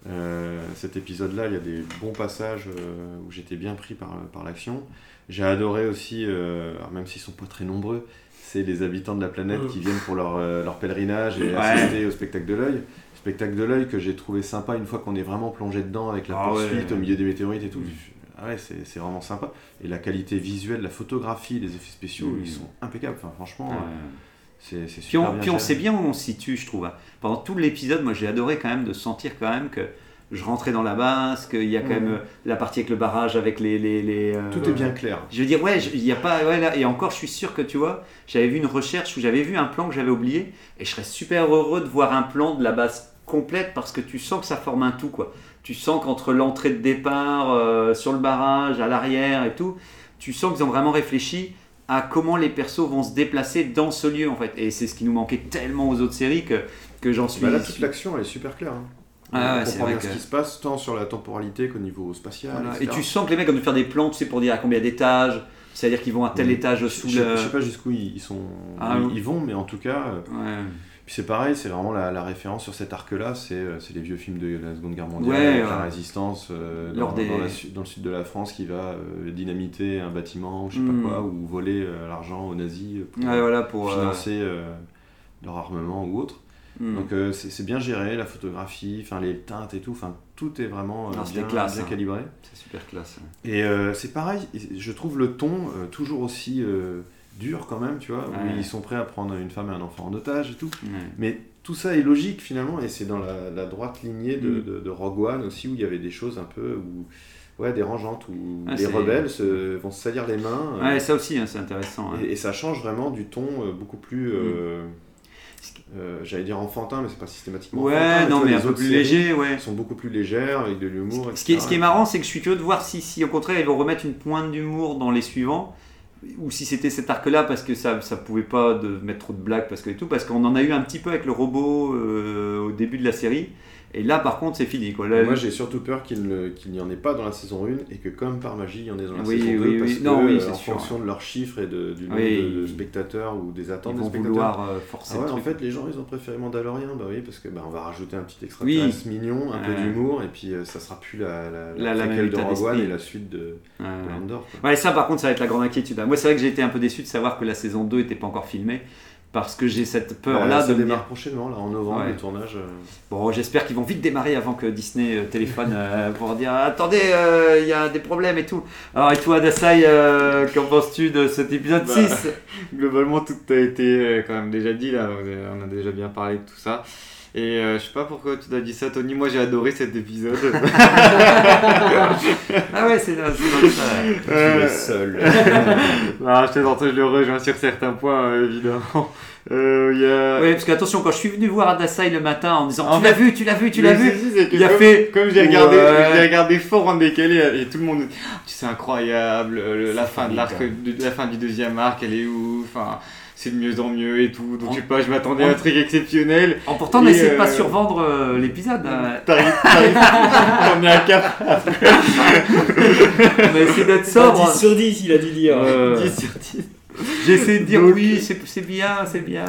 S4: Euh, cet épisode-là, il y a des bons passages euh, où j'étais bien pris par, par l'action. J'ai adoré aussi, euh, alors même s'ils sont pas très nombreux, c'est les habitants de la planète
S3: Mhm.
S4: qui viennent pour leur, euh, leur pèlerinage et
S1: Ouais.
S4: assister au spectacle de l'œil. Spectacle de l'œil que j'ai trouvé sympa une fois qu'on est vraiment plongé dedans avec la
S1: Ah ouais.
S4: poursuite au milieu des météorites et tout.
S1: Mhm.
S4: Ah ouais, c'est c'est vraiment sympa. Et la qualité visuelle, la photographie, les effets spéciaux,
S1: Mhm.
S4: ils sont impeccables. Enfin, franchement,
S1: Ouais.
S4: euh, c'est c'est
S1: Puis,
S4: super.
S1: on,
S4: bien
S1: puis on
S4: géré.
S1: sait bien où on se situe, je trouve. hein. Pendant tout l'épisode, moi j'ai adoré quand même de sentir quand même que je rentrais dans la base, qu'il y a quand
S5: Mhm.
S1: même euh, la partie avec le barrage, avec les. les, les, euh,
S4: Tout est bien clair.
S1: Je veux dire, ouais, je- il n'y a pas. ouais, là, et encore, je suis sûr que tu vois, j'avais vu une recherche où j'avais vu un plan que j'avais oublié, et je serais super heureux de voir un plan de la base complète parce que tu sens que ça forme un tout, quoi. Tu sens qu'entre l'entrée de départ, euh, sur le barrage, à l'arrière et tout, tu sens qu'ils ont vraiment réfléchi à comment les persos vont se déplacer dans ce lieu, en fait. Et c'est ce qui nous manquait tellement aux autres séries que, que j'en suis.
S4: Bah là, toute l'action, elle est super claire. hein.
S1: Ah ouais,
S4: on
S1: c'est
S4: comprend
S1: vrai
S4: bien
S1: que-
S4: ce qui se passe, tant sur la temporalité qu'au niveau spatial.
S1: Voilà. Et
S4: etc.
S1: tu sens que les mecs ont dû faire des plans, tu sais, pour dire à combien d'étages, c'est-à-dire qu'ils vont à tel
S4: Mhm.
S1: étage
S4: Je-
S1: sous
S4: je,
S1: le.
S4: je sais pas jusqu'où ils ils sont,
S1: Ah,
S4: ils,
S1: oui.
S4: ils vont, mais en tout cas, euh,
S1: Ouais.
S4: puis c'est pareil, c'est vraiment la, la référence sur cet arc-là, c'est euh, c'est les vieux films de la Seconde Guerre mondiale,
S1: Ouais,
S4: avec
S1: ouais.
S4: la résistance euh,
S1: Lors
S4: dans,
S1: des-
S4: dans la su- dans le sud de la France qui va euh, dynamiter un bâtiment, ou je sais
S1: Mm.
S4: pas quoi, ou voler euh, l'argent aux nazis pour
S1: Ouais, voilà, pour. euh,
S4: financer euh, leur armement ou autre.
S1: hmm.
S4: Donc euh, c'est c'est bien géré, la photographie, enfin les teintes et tout, enfin tout est vraiment euh,
S1: Non, c'était
S4: bien,
S1: classe,
S4: bien
S1: hein.
S4: calibré.
S1: C'est super classe.
S4: Et euh, c'est pareil, je trouve le ton euh, toujours aussi euh, dur quand même, tu vois, où
S1: Ouais.
S4: ils sont prêts à prendre une femme et un enfant en otage et tout.
S1: Ouais.
S4: Mais tout ça est logique finalement, et c'est dans la, la droite lignée de,
S1: Mm.
S4: de- de Rogue One aussi, où il y avait des choses un peu où, ouais, dérangeantes, où
S1: Ah,
S4: les
S1: c'est-
S4: rebelles se- vont se salir les mains. euh,
S1: Ouais, ça aussi, hein, c'est intéressant. hein.
S4: et, et ça change vraiment du ton euh, beaucoup plus, euh,
S1: Ce qui-
S4: euh, j'allais dire enfantin, mais c'est pas systématiquement enfantin,
S1: Ouais, non,
S4: tu vois,
S1: mais
S4: les
S1: un peu
S4: autres
S1: plus
S4: séries
S1: léger, ouais.
S4: sont beaucoup plus légères, avec de l'humour,
S1: Ce qui, est,
S4: etc.
S1: ce qui est marrant, c'est que je suis curieux de voir si, si au contraire, ils vont remettre une pointe d'humour dans les suivants, ou si c'était cet arc-là parce que ça, ça pouvait pas de mettre trop de blagues parce que et tout, parce qu'on en a eu un petit peu avec le robot euh, au début de la série, et là, par contre, c'est fini, quoi. Là,
S4: Moi j'ai surtout peur qu'il ne- qu'il n'y en ait pas dans la saison 1 et que comme par magie il y en ait dans la
S1: Oui,
S4: saison 2
S1: oui,
S4: parce
S1: oui.
S4: que
S1: Non, oui,
S4: euh,
S1: c'est
S4: en
S1: sûr,
S4: fonction de leurs chiffres et de, du nombre
S1: Oui.
S4: de, de spectateurs ou des
S1: ils
S4: attentes des
S1: vont
S4: spectateurs.
S1: vouloir euh,
S4: Ah
S1: forcer
S4: ouais,
S1: le
S4: en
S1: truc.
S4: fait les gens ils ont préféré Mandalorian, bah oui parce que bah, on va rajouter un petit extra
S1: Oui.
S4: classe mignon, un
S1: Ouais.
S4: peu d'humour et puis euh, ça sera plus la, la,
S1: La- la même
S4: préquelle de
S1: état
S4: Rogue One
S1: d'esprit.
S4: et la suite de,
S1: Ouais,
S4: de
S1: ouais.
S4: Andor. quoi.
S1: Ouais, ça par contre, ça va être la grande inquiétude. Moi, c'est vrai que j'ai été un peu déçu de savoir que la saison 2 n'était pas encore filmée, parce que j'ai cette
S4: Bah,
S1: peur-là
S4: ça
S1: de me
S4: démarre
S1: dire,
S4: prochainement là en novembre
S1: Ouais.
S4: le tournage. euh,
S1: bon, j'espère qu'ils vont vite démarrer avant que Disney euh, téléphone euh, pour dire, attendez, euh, il y a des problèmes et tout. Alors, et toi, Dasai, euh, qu'en penses-tu de cet épisode
S2: Bah,
S1: 6
S2: Globalement, tout a été euh, quand même déjà dit là, vous avez- on a déjà bien parlé de tout ça. Et euh, je sais pas pourquoi tu t'as dit ça, Tony. Moi j'ai adoré cet épisode.
S1: Ah ouais, c'est c'est dans ça. ouais.
S4: Tu
S2: Euh,
S4: es seul.
S2: non, je te sens, je le rejoins sur certains points, euh, évidemment. Euh, Il y a.
S1: Ouais, parce que attention, quand je suis venu voir Dasai le matin en disant,
S2: En
S1: tu
S2: fait-
S1: l'as vu, tu l'as vu, tu
S2: Le
S1: l'as vu,
S2: souci, c'est que
S1: il a
S2: comme-
S1: fait.
S2: Comme j'ai regardé,
S1: Ouais.
S2: je l'ai regardé fort en décalé et tout le monde, Ah, c'est incroyable, euh, le- la
S7: C'est
S2: fin de l'arc, de- la fin du deuxième arc, elle est ouf, enfin, c'est de mieux en mieux et tout. Donc je sais pas, je m'attendais à un truc exceptionnel.
S1: En pourtant,
S2: Et,
S1: n'essaie de pas
S2: euh,
S1: survendre euh, l'épisode. hein.
S2: T'arrives, t'arrives, t'en es à cap
S1: On a essayé
S2: Bah,
S1: d'être sobre.
S3: 10 sur 10, il a dû dire.
S1: Euh,
S2: 10 sur 10.
S1: J'essaie de dire
S2: Donc-
S1: oui, c'est c'est bien, c'est bien.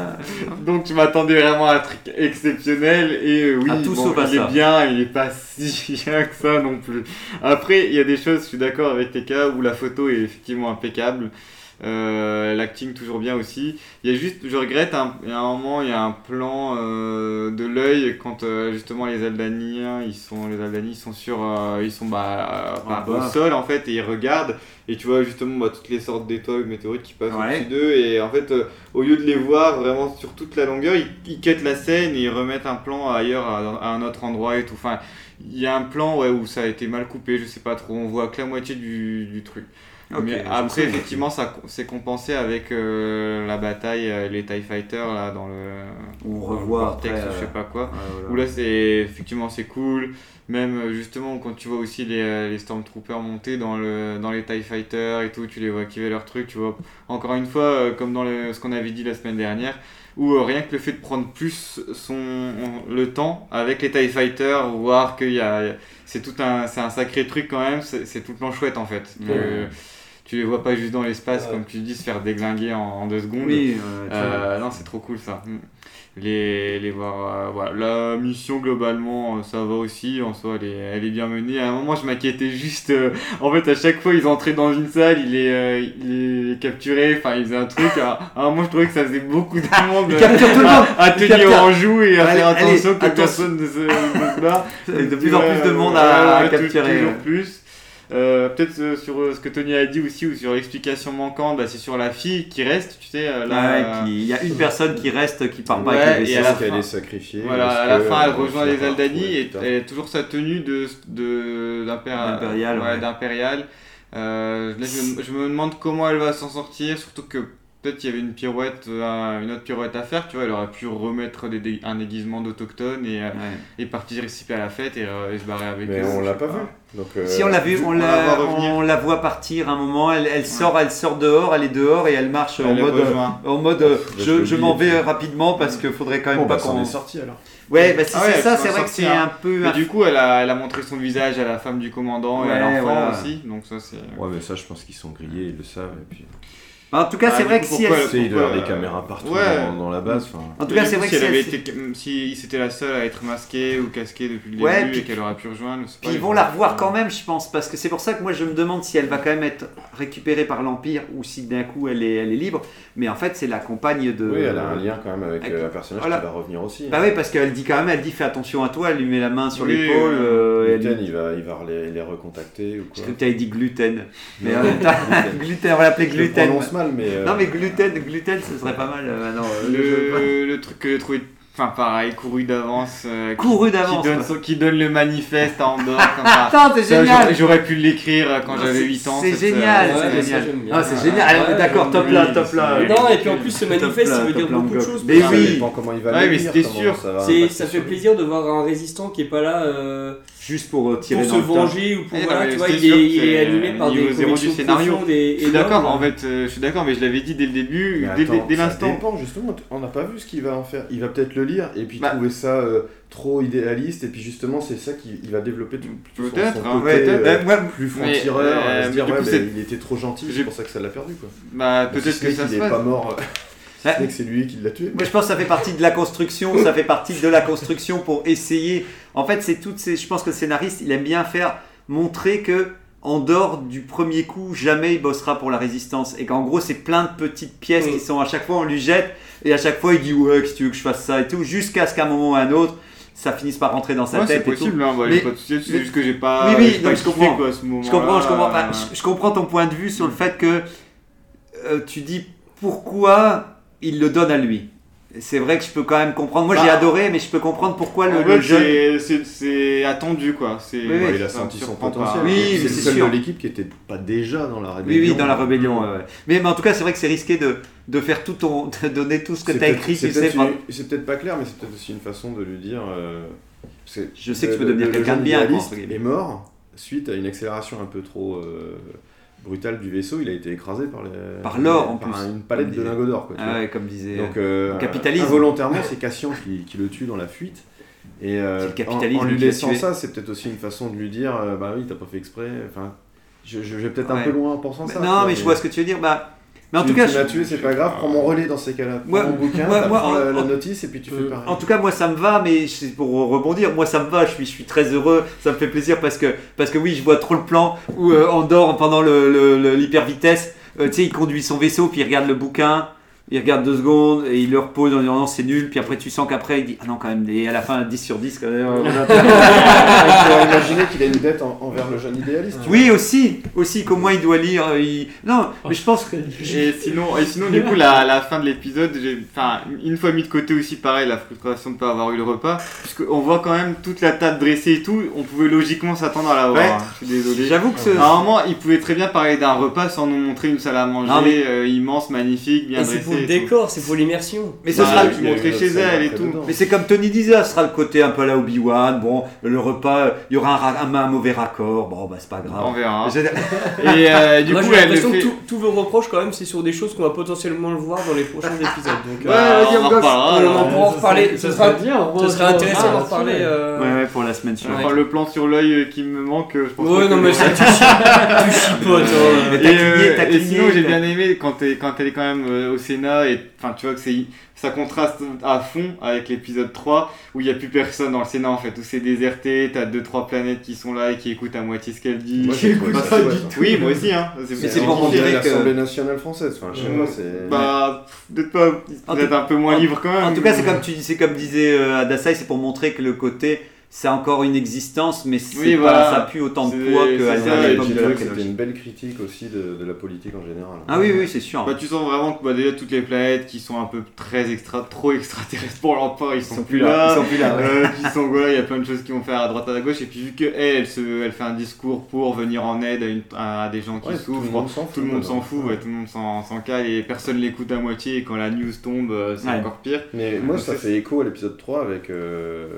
S2: Donc je m'attendais vraiment à un truc exceptionnel et euh, oui,
S1: À Ah, tout
S2: bon,
S1: sauf à
S2: il
S1: ça.
S2: est bien, il est pas si bien que ça non plus. Après, il y a des choses, je suis d'accord avec TK, où la photo est effectivement impeccable. Euh, L'acting toujours bien aussi. Il y a juste, je regrette, un, il y a un moment, il y a un plan euh, de l'œil quand euh, justement les Aldaniens, ils sont, les Aldaniens, ils sont sur, euh, ils sont bah,
S1: En
S2: bah,
S1: bas.
S2: au sol en fait et ils regardent et tu vois justement bah, toutes les sortes d'étoiles météorites qui passent
S1: Ouais.
S2: au-dessus d'eux et en fait euh, au lieu de les voir vraiment sur toute la longueur ils, ils quittent la scène et ils remettent un plan ailleurs à, à un autre endroit et tout enfin il y a un plan ouais, où ça a été mal coupé je sais pas trop on voit que la moitié du, du truc
S1: Ok,
S2: Mais
S1: je
S2: après,
S1: sais.
S2: effectivement, ça c'est compensé avec euh, la bataille, euh, les TIE Fighters là, dans le,
S1: On
S2: dans le
S1: revoit
S2: vortex
S1: après,
S2: ou je sais
S1: euh,
S2: pas quoi.
S1: ouais, voilà.
S2: Où là, c'est effectivement c'est cool. Même euh, justement, quand tu vois aussi les, euh, les Stormtroopers monter dans, le, dans les TIE Fighters et tout, tu les vois qui leur truc, tu vois. Encore une fois, euh, comme dans le- ce qu'on avait dit la semaine dernière, où euh, rien que le fait de prendre plus son, le temps avec les TIE Fighters, voir qu'il y a. C'est tout un, c'est un sacré truc quand même, c'est c'est tout le temps chouette en fait.
S1: Ouais.
S2: Que tu les vois pas juste dans l'espace,
S3: Ouais.
S2: comme tu dis, se faire déglinguer en, en deux secondes.
S1: Oui, euh, tu vois.
S2: Euh, non, c'est trop cool ça. Mm. Les, les voir. euh, voilà. La mission, globalement, euh, ça va aussi. En soi, elle est, elle est bien menée. À un moment, je m'inquiétais juste. euh, en fait, à chaque fois, ils entraient dans une salle, il les, euh, il les capturaient. Enfin, ils faisaient un truc. à, à un moment, je trouvais que ça faisait beaucoup de monde.
S1: Ils
S2: euh,
S1: capturent tout le monde
S2: à, à
S1: Ils
S2: tenir
S1: capturent.
S2: en joue et à
S1: Allez,
S2: faire attention
S1: allez,
S2: que
S1: attention.
S2: personne ne se, ne se barre.
S1: Il y a De
S2: Et
S1: plus en
S2: Euh, ouais,
S1: plus de monde
S2: ouais,
S1: à, à
S2: ouais, tou-
S1: capturer.
S2: Toujours plus. Euh, Peut-être euh, sur euh, ce que Tony a dit aussi, ou sur l'explication manquante, bah, c'est sur la fille qui reste, tu sais. euh,
S1: Ah ouais,
S2: la-
S1: puis il y a une personne qui reste qui part pas
S2: Ouais,
S1: avec le
S2: et
S1: vaisseau.
S2: à la
S4: qu'elle
S2: fin-
S4: est sacrifiée.
S2: Voilà,
S4: parce
S2: à la
S4: que,
S2: fin, elle
S4: euh,
S2: rejoint
S4: on
S2: les
S4: finit par
S2: Aldani
S4: retrouver
S2: et
S4: plus tard.
S2: elle a toujours sa tenue de de- d'impéra-
S1: D'impérial,
S2: ouais,
S1: ouais.
S2: d'impérial. Euh, là, je, me- je me demande comment elle va s'en sortir, surtout que peut-être qu'il y avait une pirouette, euh, une autre pirouette à faire. Tu vois, elle aurait pu remettre des dé- un déguisement d'autochtone et, euh,
S1: Ouais.
S2: et participer à la fête et, euh, et se barrer avec
S4: Mais
S2: eux,
S4: on
S2: je
S4: l'a
S2: sais
S4: pas vu. Donc, euh,
S1: Si on l'a vu, on la,
S2: la voit revenir.
S1: on la voit partir un moment, elle, elle sort, elle sort dehors, elle est dehors et elle marche en
S2: Elle les
S1: mode,
S2: rejoint.
S1: en mode, euh,
S4: Je
S1: je,
S4: l'oublie,
S1: je m'en
S4: et puis-
S1: vais rapidement parce que faudrait quand même
S8: Bon,
S1: pas
S8: bah,
S1: qu'on.
S8: on est sorti alors.
S1: Ouais, bah si
S2: Ah
S1: c'est
S2: ouais,
S1: ça,
S2: faut
S1: c'est
S2: en
S1: vrai que c'est
S2: sortir.
S1: un peu.
S2: Mais
S1: un-
S2: du coup, elle a, elle a montré son visage à la femme du commandant et
S1: Ouais,
S2: à l'enfant
S1: voilà.
S2: aussi. Donc ça, c'est.
S8: Ouais, mais ça, je pense qu'ils sont grillés, ils le savent. Et puis,
S1: En tout cas,
S2: Ah,
S1: c'est
S2: du
S1: vrai
S2: coup,
S1: que si
S2: pourquoi
S8: tu
S1: elle.
S8: sais, il doit y avoir
S2: euh,
S8: des caméras partout
S2: ouais.
S8: dans, dans la base. enfin.
S1: En tout
S2: Et
S1: cas,
S2: du
S1: c'est
S2: coup,
S1: vrai
S2: si
S1: que
S2: elle
S1: c'est.
S2: avait été, si c'était la seule à être masquée ou casquée depuis le
S1: Ouais,
S2: début
S1: puis-
S2: et qu'elle aurait pu rejoindre, c'est pas
S1: Puis ils vont la revoir quand même, je pense, parce que c'est pour ça que moi je me demande si elle va quand même être récupérée par l'Empire ou si d'un coup elle est, elle est libre. Mais en fait, c'est la compagne de.
S4: Oui, elle a un lien quand même avec
S1: avec-
S4: euh, un personnage
S1: voilà.
S4: qui va revenir aussi. hein.
S1: Bah oui, parce qu'elle dit quand même, elle dit fais attention à toi, elle lui met la main sur
S2: Oui,
S1: l'épaule.
S2: oui.
S1: euh, et elle
S4: Gluten, il va, il va les, les recontacter
S1: Je
S4: ou quoi.
S1: crois que t'avais dit gluten. Mais
S4: Non,
S1: en même temps, gluten, on va l'appeler
S4: Je le
S1: gluten.
S4: prononce mal, mais. euh,
S1: Non mais gluten, gluten, ce serait pas mal. euh, non, euh, je-
S2: Le, le truc que j'ai trouvé, enfin pareil, couru d'avance, euh, qui-
S1: Couru
S2: qui,
S1: d'avance.
S2: donne
S1: quoi.
S2: son- qui donne le manifeste à Andorre. comme ça.
S1: Attends, c'est
S2: Ça, j'aurais-
S1: génial.
S2: J'aurais pu l'écrire euh, quand
S1: Non,
S2: j'avais
S1: c'est-
S2: 8 ans.
S1: C'est
S2: cette, euh,
S1: génial,
S3: ouais,
S1: c'est
S3: ça,
S1: génial.
S3: j'aime bien.
S1: Ah, c'est génial. Allez, on est
S3: Ouais,
S1: d'accord,
S3: j'aime
S1: top là,
S2: bien.
S1: top là.
S2: Ouais.
S3: Non, et puis en plus, ce
S1: Top là,
S3: manifeste, ça veut
S1: top
S3: dire
S1: là,
S3: beaucoup de
S1: bloc.
S3: choses.
S1: Mais
S4: ça
S3: pour
S1: oui.
S4: dépend comment il va
S2: Ouais,
S4: le
S2: mais
S4: lire,
S2: c'était
S4: comment
S2: sûr.
S4: Ça, va
S3: la- C'est,
S4: impacter
S3: ça
S4: sur
S3: fait
S4: lui.
S3: plaisir de voir un résistant qui est pas là euh,
S1: Juste pour euh,
S3: pour
S1: tirer
S3: se
S1: dans le tas.
S3: venger ou pour
S2: Eh, non,
S3: voilà,
S2: mais
S3: tu vois,
S2: c'est
S3: il
S2: sûr
S3: est,
S2: que
S3: il est
S2: c'est
S3: animé par des
S2: niveau zéro du
S3: convictions
S2: scénario.
S3: profondes et
S2: Je suis d'accord,
S3: énormes.
S2: en fait, euh, je suis d'accord, mais je l'avais dit dès le début,
S4: Mais
S2: dès,
S4: attends,
S2: dès- dès
S4: ça
S2: l'instant.
S4: dépend justement, on n'a pas vu ce qu'il va en faire. Il va peut-être le lire et puis
S2: Bah.
S4: trouver ça euh, trop idéaliste et puis justement c'est ça qu'il il va développer tout, son- son
S2: Peut-être, hein,
S4: côté,
S2: peut-être.
S4: euh,
S1: Euh, ouais,
S4: plus
S2: Mais,
S4: franc-tireur,
S2: euh,
S4: à se
S2: mais
S4: dire
S2: du
S4: ouais,
S2: coup,
S4: mais
S2: c'est-
S4: il était trop gentil,
S2: J'ai-
S4: c'est pour ça que ça l'a perdu quoi.
S2: Bah,
S4: Si
S2: peut-être
S4: ce
S2: que
S4: mec,
S2: ça se
S4: il est
S2: passe.
S4: pas mort,
S1: Ouais.
S4: c'est que c'est lui qui l'a tué.
S1: Moi, je pense que ça fait partie de la construction, ça fait partie de la construction pour essayer. En fait, c'est toutes ces. Je pense que le scénariste, il aime bien faire montrer que en dehors du premier coup, jamais il bossera pour la résistance et qu'en gros, c'est plein de petites pièces
S2: Mm.
S1: qui sont à chaque fois on lui jette et à chaque fois il dit ouais, si tu veux que je fasse ça et tout, jusqu'à ce qu'à un moment ou à un autre, ça finisse par rentrer dans sa
S2: Ouais, c'est
S1: tête. et tout.
S2: possible, hein, bah,
S1: Mais-
S2: j'ai pas de soucis dessus, c'est juste que j'ai pas.
S1: Oui, oui,
S2: j'ai pas
S1: non, je
S2: kiffé,
S1: comprends.
S2: quoi, à
S1: Je
S2: ce
S1: comprends, je comprends.
S2: moment-là.
S1: Enfin, je, je comprends ton point de vue sur le fait que euh, tu dis pourquoi il le donne à lui. C'est vrai que je peux quand même comprendre. Moi, j'ai
S2: Bah,
S1: adoré, mais je peux comprendre
S4: Ah,
S1: pourquoi le,
S2: En
S1: le
S2: fait,
S1: jeune.
S2: c'est- c'est- c'est attendu quoi. C'est,
S1: Oui, oui.
S4: Ouais, il a
S2: ça
S4: senti
S2: me
S4: son
S2: surprend
S4: potentiel.
S2: pas.
S1: Oui,
S4: c'est
S1: mais
S4: le
S1: c'est
S4: seul
S1: sûr.
S4: de l'équipe qui était pas déjà dans la
S1: Oui,
S4: rébellion.
S1: oui, dans la rébellion.
S2: euh,
S1: ouais, ouais. Mais, mais en tout cas, c'est vrai que c'est risqué de, de faire tout ton. de donner tout ce que
S4: C'est
S1: tu as
S4: peut-être-
S1: écrit,
S4: c'est
S1: tu sais.
S4: peut-être
S1: par-
S4: une- C'est peut-être pas clair, mais c'est peut-être aussi une façon de lui dire. euh, parce que
S1: Je sais que
S4: le-
S1: tu peux
S4: le-
S1: devenir
S4: le
S1: quelqu'un de
S4: jeune
S1: bien, quoi,
S4: idéaliste
S1: entre guillemets.
S4: est mort suite à une accélération un peu trop euh, brutale du vaisseau. Il a été écrasé par les-
S1: Par l'or, en
S4: par
S1: plus.
S4: une palette de
S1: Comme des-
S4: lingots d'or. quoi, tu
S1: Ah
S4: vois.
S1: ouais, comme disait.
S4: Donc, euh,
S1: le capitalisme.
S4: Involontairement, c'est Cassian qui, qui le tue dans la fuite. Et euh,
S1: C'est le
S4: en-
S1: capitalisme
S4: en, lui
S1: qui l'a
S4: laissant
S1: tué.
S4: ça, c'est peut-être aussi une façon de lui dire euh, Bah oui, t'as pas fait exprès. Enfin, je, je vais peut-être
S1: Ouais.
S4: un peu loin en pensant
S1: Mais-
S4: ça.
S1: non,
S4: quoi,
S1: mais je vois ce que tu veux dire. Bah, mais en
S4: tu-
S1: tout cas,
S4: tu
S1: je-
S4: m'as tué, c'est pas grave, prends mon relais dans ces cas-là. Prends
S1: Ouais,
S4: mon bouquin,
S1: ouais,
S4: t'as-
S1: moi,
S4: prends
S1: en-
S4: la, la
S1: en-
S4: notice et puis tu fais pareil.
S1: En tout cas, moi, ça me va, mais c'est pour rebondir, moi, ça me va. Je suis, je suis très heureux. Ça me fait plaisir parce que, parce que oui, je vois trop le plan où euh, Andorre, pendant l'hyper vitesse, tu sais, il conduit son vaisseau puis il regarde le bouquin. il regarde deux secondes et il le repose en disant non c'est nul, puis après tu sens qu'après il dit ah non quand même, et à la fin 10 sur 10 quand même. on a perdu.
S4: pourrait imaginer qu'il a une dette en- envers le jeune idéaliste.
S1: oui aussi, aussi qu'au moins il doit lire, euh, il- non
S4: Oh.
S1: mais je pense que...
S2: Et sinon, et sinon du coup, la, la fin de l'épisode, j'ai- enfin, une fois mis de côté aussi, pareil, la frustration de ne pas avoir eu le repas, puisqu'on voit quand même toute la table dressée et tout, on pouvait logiquement s'attendre à la voir.
S1: Ouais.
S2: hein. Je suis désolé.
S1: J'avoue que ce...
S4: Ah,
S2: À un moment, il pouvait très bien parler d'un repas sans nous montrer une salle à manger
S1: Non, mais-
S2: euh, immense, magnifique, bien
S3: Et
S2: dressée.
S3: c'est pour le
S2: et tout.
S3: décor, c'est pour l'immersion.
S1: mais ce
S2: Bah,
S1: sera
S2: oui. qui montrait chez elle et tout.
S1: Mais c'est comme Tony disait, ce sera le côté un peu la Obi-Wan, bon, le repas, euh, il y aura un, ra- un, un mauvais raccord, bon, bah c'est pas
S2: On
S1: grave.
S2: verra.
S1: Je-
S2: Et euh, du
S3: Moi
S2: coup,
S3: j'ai
S2: elle le
S3: l'impression
S2: fait.
S3: que tout- tous vos reproches quand même c'est sur des choses qu'on va potentiellement le voir dans les prochains épisodes. Donc,
S2: Ouais,
S3: euh,
S2: vas-y, on
S3: on en
S2: gosse.
S3: reparlera,
S2: On
S3: alors.
S2: en
S3: on pourra en reparler. Ce sera,
S5: bien.
S3: ce sera intéressant d'en reparler. euh,
S1: Ouais, ouais, pour la semaine
S2: Je vais
S1: suivante.
S2: faire le plan sur l'œil euh, qui me manque, euh, je pense pas
S3: Ouais,
S2: que
S3: non,
S2: je
S3: mais
S2: le-
S3: ça, tu, chi- tu chipotes. hein.
S1: Mais
S2: Et,
S1: t'as cligné,
S2: euh,
S1: t'as
S2: et
S1: cligné,
S2: sinon, j'ai
S1: t'as-
S2: bien aimé quand, t'es- quand elle est quand même euh, au Sénat, et enfin, tu vois que c'est ça contraste à fond avec l'épisode 3 où il n'y a plus personne dans le Sénat en fait, où c'est déserté, t'as 2-3 planètes qui sont là et qui écoutent à moitié ce qu'elle dit.
S4: Moi, j'ai trouvé
S2: Pas
S4: ça
S2: ça
S4: chouette,
S2: du
S4: hein.
S2: tout. Oui, moi aussi, hein.
S1: Mais
S4: C'est
S1: c'est
S4: pour
S1: pour
S4: montrer
S1: montrer que-
S4: l'Assemblée nationale française. Enfin, je sais
S2: Ouais.
S4: pas, c'est.
S2: Bah, pff, peut-être pas,
S1: En
S2: peut-être
S1: tout-
S2: un peu moins libre quand même.
S1: En tout cas, c'est comme tu c'est comme disait euh, Adasai, c'est pour montrer que le côté, ça a encore une existence, mais c'est
S2: Oui,
S1: pas-
S2: voilà.
S1: ça a plus autant de
S2: C'est-
S1: poids
S2: c'est
S1: qu'à
S2: ça,
S1: à
S2: et
S4: Ouais,
S1: l'époque
S4: puis
S1: de
S4: là,
S1: la
S4: C'était
S1: prélogie.
S4: une belle critique aussi de, de la politique en général.
S1: Ah oui, oui, c'est sûr.
S2: Bah, tu sens vraiment que bah, déjà toutes les planètes qui sont un peu très extra, trop extraterrestres pour leur part, ils sont, plus là.
S1: Ils sont plus
S3: Ah
S1: là. ouais.
S2: Euh, puis sans voilà, il y a plein de choses qui vont faire à droite à la gauche. Et puis vu que elle, elle, se, elle fait un discours pour venir en aide à, une- à des gens qui
S4: Ouais, tout le
S2: souffrent,
S4: monde s'en fout.
S2: tout le monde
S4: maintenant.
S2: s'en fout, ouais, tout le monde s'en s'en cale et personne l'écoute à moitié. Et quand la news tombe, euh, c'est
S1: Ouais.
S2: encore pire.
S4: Mais moi,
S2: Donc,
S4: ça
S2: ça,
S4: fait écho à l'épisode 3 avec euh,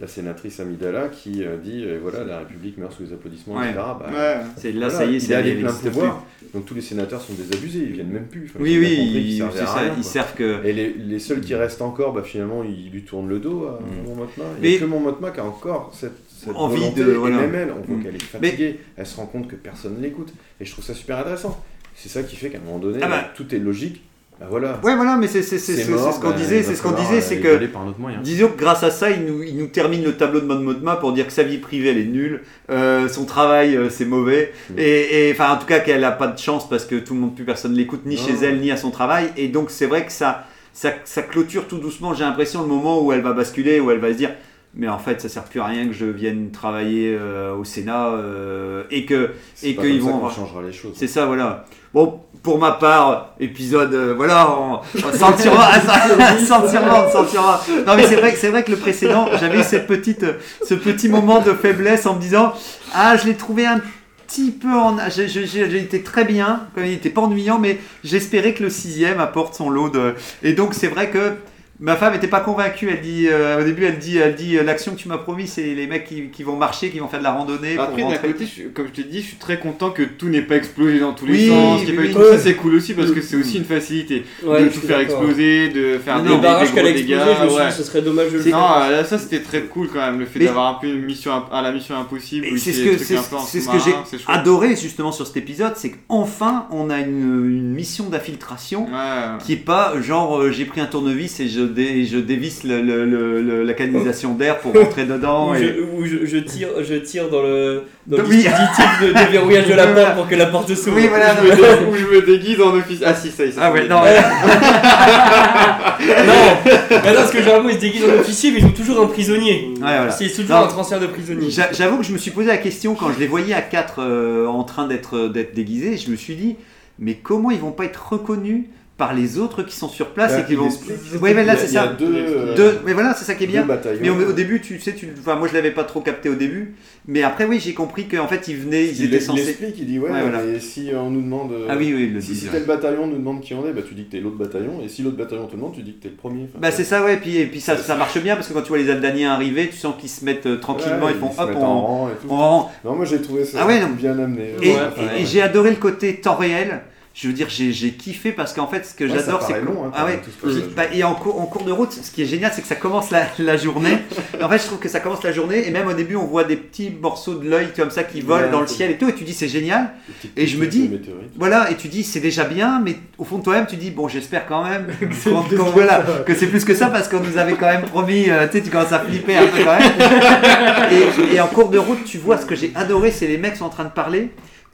S4: la sénatrice Amidala qui euh, dit euh, voilà, la République meurt sous les applaudissements,
S1: Ouais.
S4: etc. Bah,
S2: Ouais.
S1: C'est là,
S4: voilà,
S1: ça y est,
S4: il
S1: c'est
S4: a
S1: elle
S4: les pleins
S1: existe plus.
S4: pouvoirs. Donc tous les sénateurs sont désabusés, ils viennent même plus. Enfin,
S1: Oui,
S4: ils ont
S1: oui,
S4: bien compris qu'ils
S1: ils-
S4: servaient
S1: c'est
S4: à
S1: ça,
S4: rien,
S1: ils
S4: quoi.
S1: servent que.
S4: Et les, les seuls qui restent encore, bah, finalement, ils lui tournent le dos à
S1: Mm.
S4: Mon Motma. Il n'y
S1: Mais-
S4: a que Mon Motma qui a encore cette, cette
S1: Envie
S4: volonté.
S1: de-
S4: Et
S1: voilà.
S4: même elle, on voit
S1: Mm.
S4: qu'elle est fatiguée, elle se rend compte que personne ne l'écoute. Et je trouve ça super intéressant. C'est ça qui fait qu'à un moment donné,
S1: Ah bah.
S4: bah, tout est logique. Bah voilà.
S1: Ouais, voilà, mais c'est c'est- c'est- c'est- c'est
S4: mort,
S1: ce qu'on
S4: bah,
S1: disait,
S4: il va
S1: c'est ce qu'on
S4: falloir,
S1: disait,
S4: euh,
S1: c'est
S4: y
S1: que.
S4: aller par un autre moyen.
S1: Disons que grâce à ça, il nous, il nous termine le tableau de Mon Motma pour dire que sa vie privée, elle est nulle, euh, son travail, euh, c'est mauvais,
S4: Mm.
S1: et, et, enfin en tout cas qu'elle n'a pas de chance parce que tout le monde, plus personne l'écoute, ni
S4: Non.
S1: chez elle, ni à son travail, et donc c'est vrai que ça, ça, ça clôture tout doucement, j'ai l'impression, le moment où elle va basculer, où elle va se dire, mais en fait, ça sert plus à rien que je vienne travailler euh, au Sénat, euh, et que
S4: C'est
S1: et
S4: pas
S1: que
S4: comme
S1: ils
S4: ça
S1: vont
S4: qu'on
S1: avoir-
S4: changera les choses.
S1: c'est ça, voilà. Bon, pour ma part, épisode, euh, voilà, on, on sentira, on sentira, on sentira. Non, mais c'est vrai, que- c'est vrai que le précédent, j'avais eu cette petite, euh, ce petit moment de faiblesse en me disant, ah, je l'ai trouvé un petit peu en, j'ai- j'ai j'ai- j'ai été très bien, quand il n'était pas ennuyant, mais j'espérais que le sixième apporte son lot de, et donc c'est vrai que. Ma femme n'était pas convaincue. Elle dit euh, au début, elle dit, elle dit, euh, l'action que tu m'as promis, c'est les mecs qui, qui vont marcher, qui vont faire de la randonnée.
S2: Après,
S1: pour
S2: d'un
S1: rentrer.
S2: côté, je suis- comme je t'ai dit, je suis très content que tout n'ait pas explosé dans tous les
S1: Oui,
S2: sens. qu'il y ait
S1: oui,
S2: pas eu
S1: oui.
S2: tout ça, c'est cool aussi parce que c'est aussi une facilité
S3: Ouais,
S2: de
S3: je
S2: tout
S3: suis
S2: faire
S3: d'accord.
S2: exploser, de faire
S1: Mais
S2: des,
S1: non,
S3: Le
S2: des
S3: barrage
S2: gros
S3: qu'elle a
S2: dégâts.
S3: explosé, je me suis
S2: ouais.
S3: dit, ce serait dommage de le
S2: Non,
S3: faire.
S2: euh, là, ça c'était très cool quand même, le fait
S1: Mais-
S2: d'avoir un peu une mission, imp- à la mission impossible.
S1: Mais
S2: où il
S1: c'est
S2: fait
S1: ce
S2: des
S1: que,
S2: trucs
S1: c'est
S2: un peu en
S1: ce- c'est ce que
S2: sous-marin,
S1: j'ai
S2: c'est chouette.
S1: adoré justement sur cet épisode, c'est qu'enfin on a une, une mission d'infiltration
S2: Ouais.
S1: qui est pas genre euh, j'ai pris un tournevis et je, dé- je dévisse le- le- le- le- la canalisation d'air pour rentrer dedans.
S3: Ou,
S1: et-
S3: je, ou je- je tire, je tire dans le dans
S1: Donc,
S3: le
S1: oui.
S3: dispositif de déverrouillage de la
S1: Voilà.
S3: porte pour que la porte s'ouvre.
S1: Oui, voilà.
S2: Où je me dé- où je me déguise en office. Ah si, ça y est. ça
S1: Ah
S2: se
S1: ouais,
S2: dit.
S1: non,
S3: Non, mais non, parce que généralement ils se déguisent en officier, mais ils ont toujours un prisonnier.
S1: Ouais, voilà.
S3: C'est toujours
S1: Non.
S3: un transfert de prisonnier.
S1: J'a- J'avoue que je me suis posé la question quand je les voyais à 4 en train d'être euh, d'être déguisés, je me suis dit, mais comment ils vont pas être reconnus par les autres qui sont sur place
S4: Là,
S1: et qui
S4: Bah, il
S1: vont.
S4: explique.
S1: Oui, mais là
S4: Il y a-
S1: c'est
S4: il y a
S1: ça.
S4: deux, euh,
S1: Deux- Mais voilà, c'est ça qui est bien.
S4: deux bataillons.
S1: Mais au, au début, tu sais, tu, enfin, moi je l'avais pas trop capté au début, mais après oui, j'ai compris qu'en fait ils venaient, ils
S4: il
S1: étaient
S4: il
S1: censés.
S4: explique, il dit ouais,
S1: Ouais, voilà.
S4: mais si euh, on nous demande. euh,
S1: Ah oui, oui, ils le
S4: Si, si
S1: disent.
S4: tel bataillon nous demande qui on est, bah tu dis que t'es l'autre bataillon, et si l'autre bataillon te demande, tu dis que t'es le premier. Enfin,
S1: Bah c'est ça, ouais, puis, et puis ça, ça marche bien parce que quand tu vois les Aldaniens arriver, tu sens qu'ils se mettent euh, tranquillement,
S4: ouais,
S1: ils font
S4: se
S1: hop,
S4: mettent
S1: on,
S4: en rang et tout.
S1: on rentre.
S4: Non, moi j'ai trouvé ça
S1: Ah ouais, non.
S4: bien amené.
S1: Et,
S3: Ouais,
S1: et- et j'ai adoré le côté temps réel. Je veux dire, j'ai j'ai kiffé parce qu'en fait, ce que
S4: Ouais, ça
S1: j'adore, c'est
S4: paraît
S1: que-
S4: long, hein,
S1: ah
S4: quand
S1: ouais.
S4: même, tout ce passage.
S1: Bah, et en, cours- en cours de route, ce qui est génial, c'est que ça commence la, la journée. en fait, je trouve que ça commence la journée et même au début, on voit des petits morceaux de l'œil comme ça qui volent
S4: Ouais,
S1: dans le
S4: c'est-
S1: ciel et tout. Et tu dis, c'est génial. et je me
S4: Des
S1: dis-
S4: météorites.
S1: Voilà, et tu dis c'est déjà bien, mais au fond de toi-même tu dis bon j'espère quand même qu'on- qu'on- voilà, que c'est plus que ça parce qu'on nous avait quand même promis, euh, tu sais tu commences à flipper un peu quand même. Et, et en cours de route tu vois ce que j'ai adoré c'est les mecs sont en train de parler,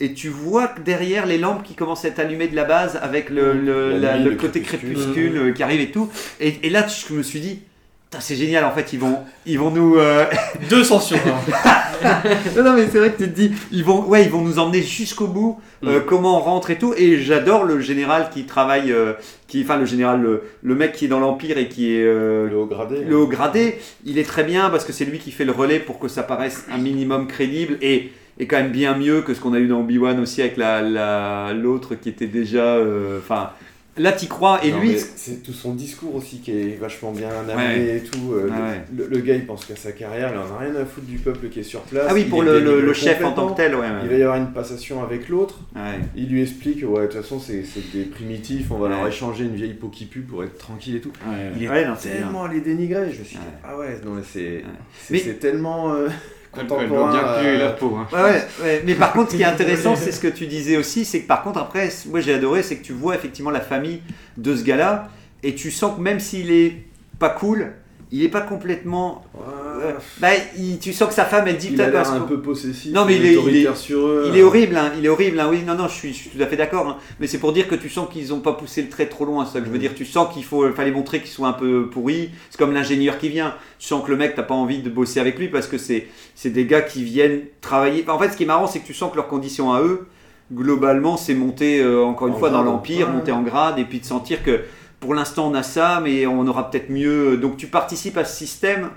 S1: et tu vois que derrière les lampes qui commencent à être allumées de la base avec le, le-
S4: Mm. La
S1: la-
S4: nuit,
S1: le
S4: le
S1: côté
S4: crépuscule.
S1: crépuscule euh, qui arrive et tout. Et, et là, je me suis dit, Putain, c'est génial, en fait, ils vont, ils vont nous. euh,
S3: Deux censures. hein.
S1: non, non, mais c'est vrai que tu te dis, ils vont, ouais, ils vont nous emmener jusqu'au bout,
S4: Mm.
S1: euh, comment on rentre et tout. Et j'adore le général qui travaille, euh, qui, enfin, le général, le, le mec qui est dans l'Empire et qui est. euh,
S4: Le haut gradé. hein.
S1: le haut gradé, il est très bien parce que c'est lui qui fait le relais pour que ça paraisse un minimum crédible et, et quand même bien mieux que ce qu'on a eu dans Obi-Wan aussi avec l'autre la, l'autre qui était déjà. euh, Enfin, là, t'y crois et
S4: Non,
S1: lui.
S4: mais c'est tout son discours aussi qui est vachement bien amené et tout. euh,
S1: Ah
S4: le,
S1: ouais.
S4: le- le gars, il pense qu'à sa carrière, il en a rien à foutre du peuple qui est sur place.
S1: Ah oui,
S4: Il
S1: pour
S4: est
S1: le, le-
S4: débile
S1: le chef en tant que
S4: complètement.
S1: tel, ouais.
S4: Il
S1: ouais.
S4: va y avoir une passation avec l'autre.
S1: Ouais.
S4: Il lui explique, ouais, de toute façon, c'est c'est des primitifs, on va
S1: Ouais.
S4: leur échanger une vieille peau qui pue pour être tranquille et tout. Il est
S1: Ouais, non, c'est bien.
S4: tellement allé dénigrer, je me suis dit,
S1: Ouais.
S4: ah ouais, non, mais c'est c'est-
S1: Mais-
S4: c'est tellement euh,
S2: Elle doit
S4: contemporain.
S2: bien puer la
S4: euh,
S2: peau. hein.
S1: Ouais, ouais, ouais. Mais par contre, ce qui est intéressant, c'est ce que tu disais aussi, c'est que par contre, après, c- moi j'ai adoré, c'est que tu vois effectivement la famille de ce gars-là, et tu sens que même s'il est pas cool, il est pas complètement.
S4: ouais.
S1: euh, bah, il- tu sens que sa femme, elle dit
S4: Il a
S1: peut-être
S4: l'air
S1: parce
S4: un
S1: que-
S4: peu euh, possessif,
S1: Non, mais il est- il est-
S4: autoritaire sur eux.
S1: Il est horrible, hein, il est horrible, hein, oui, non, non, je suis, je suis tout à fait d'accord, hein. mais c'est pour dire que tu sens qu'ils n'ont pas poussé le trait trop loin, ça, que je veux
S4: Mm.
S1: dire, tu sens qu'il faut, fallait montrer qu'ils sont un peu pourris, c'est comme l'ingénieur qui vient, tu sens que le mec, t'as pas envie de bosser avec lui parce que c'est, c'est des gars qui viennent travailler, Enfin, en fait, ce qui est marrant, c'est que tu sens que leurs conditions à eux, globalement, c'est monter, euh, encore une
S4: En
S1: fois, dans
S4: grade,
S1: l'Empire,
S4: ouais.
S1: monter en grade, et puis de sentir que pour l'instant, on a ça, mais on aura peut-être mieux, donc tu participes à ce système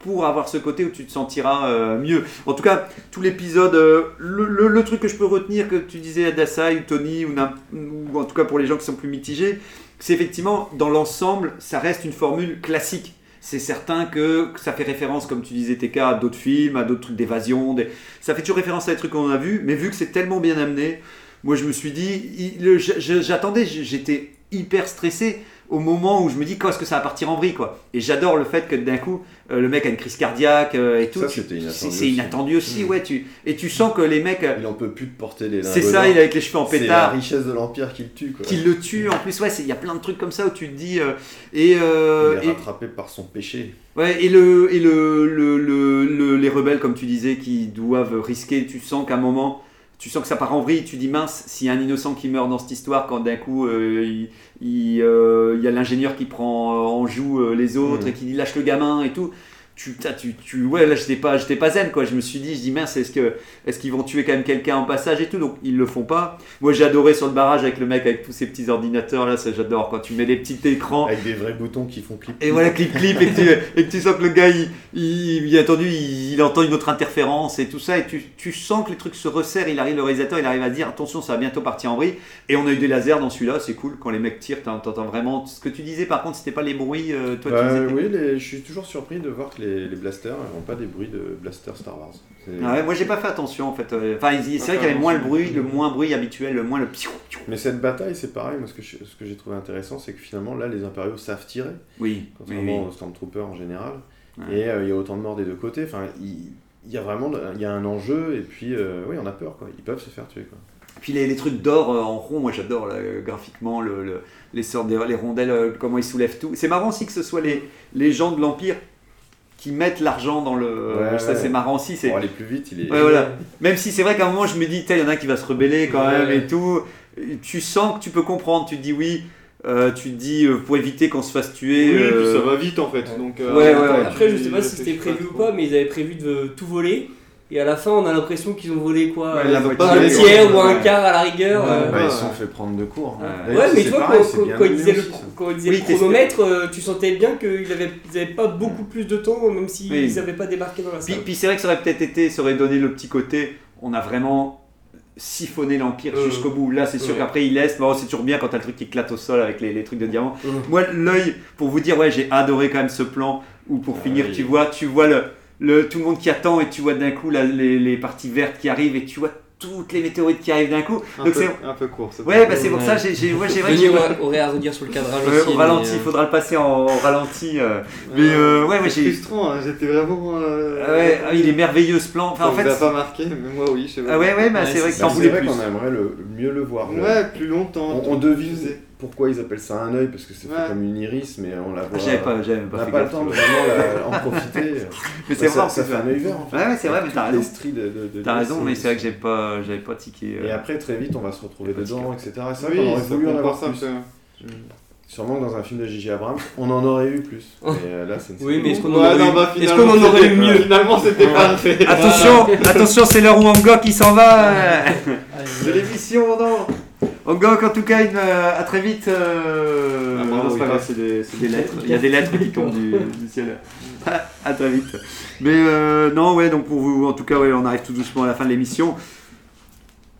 S1: pour avoir ce côté où tu te sentiras euh, mieux. En tout cas, tout l'épisode, euh, le, le- le truc que je peux retenir que tu disais à Dasai ou Tony, ou, n'im- ou en tout cas pour les gens qui sont plus mitigés, c'est effectivement, dans l'ensemble, ça reste une formule classique. C'est certain que ça fait référence, comme tu disais, TK, à d'autres films, à d'autres trucs d'évasion. des- Ça fait toujours référence à des trucs qu'on a vus, mais vu que c'est tellement bien amené, moi je me suis dit, il- le- je- je- j'attendais, j'étais hyper stressé au moment où je me dis, quand est-ce que ça va partir en vrille, quoi. Et j'adore le fait que d'un coup, euh, le mec a une crise cardiaque euh, et tout.
S4: Ça,
S1: Tu-
S4: c'était inattendu
S1: C'est c'est
S4: aussi.
S1: inattendu aussi, ouais. Tu, et tu sens que les mecs. euh,
S4: Il en peut plus de porter les
S1: C'est
S4: lingots
S1: ça,
S4: d'or.
S1: il est avec les cheveux en
S4: C'est la
S1: pétard.
S4: richesse de l'Empire qui le tue, quoi.
S1: Qui le tue en plus, ouais, c'est- il y a plein de trucs comme ça où tu te dis. euh, et, euh,
S4: il est rattrapé par son péché.
S1: et, ouais, et, le, et le, le- le- le- les rebelles, comme tu disais, qui doivent risquer, tu sens qu'à un moment, tu sens que ça part en vrille, tu dis mince, s'il y a un innocent qui meurt dans cette histoire, quand d'un coup, euh, il il, euh, il y a l'ingénieur qui prend euh, en joue euh, les autres
S4: Mhm.
S1: et qui dit lâche le gamin et tout. Tu, t'as- tu, tu, ouais, là, j'étais pas, j'étais pas zen, quoi. Je me suis dit, je dis, mince, est-ce que, est-ce qu'ils vont tuer quand même quelqu'un en passage et tout? Donc, ils le font pas. Moi, j'ai adoré sur le barrage avec le mec, avec tous ces petits ordinateurs, là, ça, j'adore. Quand tu mets des petits écrans,
S4: Avec des vrais boutons qui font clip.
S1: et voilà, clip clip, et que tu, et que tu sens que le gars, il, il, il- attendu, il, il entend une autre interférence et tout ça, et tu, tu sens que les trucs se resserrent, il arrive, le réalisateur, il arrive à dire, attention, ça va bientôt partir en vrille, et on a eu des lasers dans celui-là, c'est cool, quand les mecs tirent, t'en- t'entends vraiment, ce que tu disais par contre, c'était pas les bruits, euh, toi
S4: Bah,
S1: tu disais...
S4: oui, les- je suis toujours surpris de voir que les, les blasters n'ont pas des bruits de blaster Star Wars. C'est-
S1: Ah ouais, moi j'ai pas fait attention en fait, euh, enfin il- c'est vrai qu'il y avait moins le bruit, le moins bruit habituel, le moins le piou, piou.
S4: Mais cette bataille, c'est pareil. Moi, ce que je- ce que j'ai trouvé intéressant, c'est que finalement, là, les impériaux savent tirer,
S1: Oui, oui,
S4: contrairement aux Stormtroopers en général.
S1: Ouais.
S4: Et euh, il y a autant de morts des deux côtés. Enfin, il il y a vraiment de- il y a un enjeu. Et puis, euh, oui, on a peur. Quoi. Ils peuvent se faire tuer. Quoi.
S1: Puis les, les trucs d'or euh, en rond, moi j'adore là, euh, graphiquement le, le- les sortes de- les rondelles, euh, comment ils soulèvent tout. C'est marrant aussi que ce soit les, les gens de l'Empire qui mettent l'argent dans le. euh,
S4: Ouais,
S1: ça
S4: ouais.
S1: c'est marrant aussi. C'est...
S4: Pour aller plus vite, il est.
S1: Ouais, voilà. Même si c'est vrai qu'à un moment je me dis, il y en a un qui va se rebeller quand
S5: Ouais.
S1: même et tout. Et Tu sens que tu peux comprendre, tu te dis oui, euh, tu te dis euh, pour éviter qu'on se fasse
S2: Oui,
S1: tuer.
S2: et puis
S1: euh,
S2: ça va vite en fait. Donc, euh,
S1: Ouais, ouais, ouais.
S3: Après, je sais
S2: tu
S3: pas si c'était
S2: réfléchis
S3: prévu ou
S2: trop.
S3: pas, mais ils avaient prévu de tout voler. Et à la fin, on a l'impression qu'ils ont volé quoi
S1: Ouais, la
S3: euh,
S1: moitié,
S3: Un
S1: ouais.
S3: tiers ou un
S1: Ouais.
S3: quart à la rigueur.
S5: Ouais.
S3: euh.
S4: Bah, ils se sont fait prendre de court.
S1: Ouais.
S4: Et
S3: Ouais,
S4: puis,
S3: mais
S4: c'est
S3: tu vois,
S4: pareil,
S3: quand,
S4: c'est
S3: quand-
S4: bien
S3: quand ils
S4: amené
S3: disaient le,
S4: aussi, ça.
S3: quand ils disaient
S1: Oui,
S3: le
S1: t'espères.
S3: chronomètre, euh, tu sentais bien qu'ils n'avaient pas beaucoup plus de temps, même s'ils
S1: Oui.
S3: n'avaient pas débarqué dans la salle.
S1: Puis, puis c'est vrai que ça aurait peut-être été, ça aurait donné le petit côté, on a vraiment siphonné l'Empire
S3: Euh,
S1: jusqu'au bout. Là, c'est sûr
S3: ouais.
S1: qu'après, il laisse. Bon, c'est toujours bien quand t'as le truc qui éclate au sol avec les, les trucs de diamant.
S3: Euh.
S1: Moi, l'œil, pour vous dire, ouais, j'ai adoré quand même ce plan où, pour finir,
S4: oui.
S1: tu vois, tu vois le, le, tout le monde qui attend et tu vois d'un coup la- les, les parties vertes qui arrivent et tu vois toutes les météorites qui arrivent d'un coup.
S2: Un
S1: Donc
S2: peu-
S1: c'est.
S2: un peu court. ça.
S1: Ouais, bah c'est pour ça, j'ai j'ai- ouais, j'ai vrai que j'ai-
S3: Denis aurait- aurait à redire sur le cadrage
S1: Ouais,
S3: aussi.
S1: au
S3: mais,
S1: ralenti, il
S3: euh,
S1: faudra le passer en, en ralenti. euh. Mais euh, ouais, ouais,
S2: C'est
S1: j'ai.
S2: frustrant, hein, j'étais vraiment. euh,
S1: Ah ouais, ah, il est merveilleux ce plan. Enfin,
S2: ça
S1: en
S2: vous
S1: fait,
S2: a pas marqué, mais moi oui, je sais pas.
S1: ah ouais, ouais, bah,
S3: Ouais,
S1: c'est vrai que
S3: c'est
S1: t'en
S4: Bah, c'est
S1: voulais
S4: vrai
S1: plus.
S4: qu'on aimerait le, mieux le voir. là.
S2: Ouais, plus longtemps.
S4: On, on devine pourquoi ils appellent ça un œil, parce que c'est fait comme une iris, mais on la voit.
S1: Ah,
S4: euh,
S1: j'avais pas- j'avais pas
S4: on n'a
S1: fait
S4: pas le
S1: gaffe,
S4: temps de
S1: tu
S4: vraiment
S1: vois.
S4: la- en profiter.
S1: Mais
S4: Bah,
S1: c'est
S4: ça-
S1: vrai,
S4: ça
S1: c'est
S4: fait un
S1: vrai.
S4: œil vert en fait.
S1: Ouais, ouais, c'est vrai, mais t'as
S4: Toutes
S1: raison.
S4: les stries de- de- de-
S1: T'as raison,
S4: c'est-
S1: mais c'est vrai que j'ai pas, j'avais pas tiqué. euh.
S4: Et après, très vite, on va se retrouver dedans, etc. C'est
S2: Oui,
S4: vrai qu'on aurait
S2: ça
S4: voulu en
S2: compare
S4: avoir
S2: ça,
S4: plus.
S2: ça.
S4: Sûrement que dans un film de Gigi Abrams, on en aurait eu plus. Mais euh, là, c'est une
S3: Oui, mais est-ce qu'on en
S2: Ouais,
S3: aurait
S2: non,
S3: eu-
S2: bah,
S3: est-ce qu'on en
S2: finalement,
S3: aurait eu
S2: c'était-
S3: mieux
S2: Finalement, c'était parfait.
S1: Attention, attention, c'est l'heure où Angok il s'en va. euh, De l'émission, non. Angok, en tout cas, une, euh, à très vite. euh,
S2: Ah, bravo,
S1: non, c'est pas
S2: oui,
S1: grave,
S2: ça,
S1: c'est des, c'est des lettres. Il y a des lettres qui tombent du, du ciel. Ah, à très vite. Mais euh, non, ouais, donc pour vous, en tout cas, ouais, on arrive tout doucement à la fin de l'émission.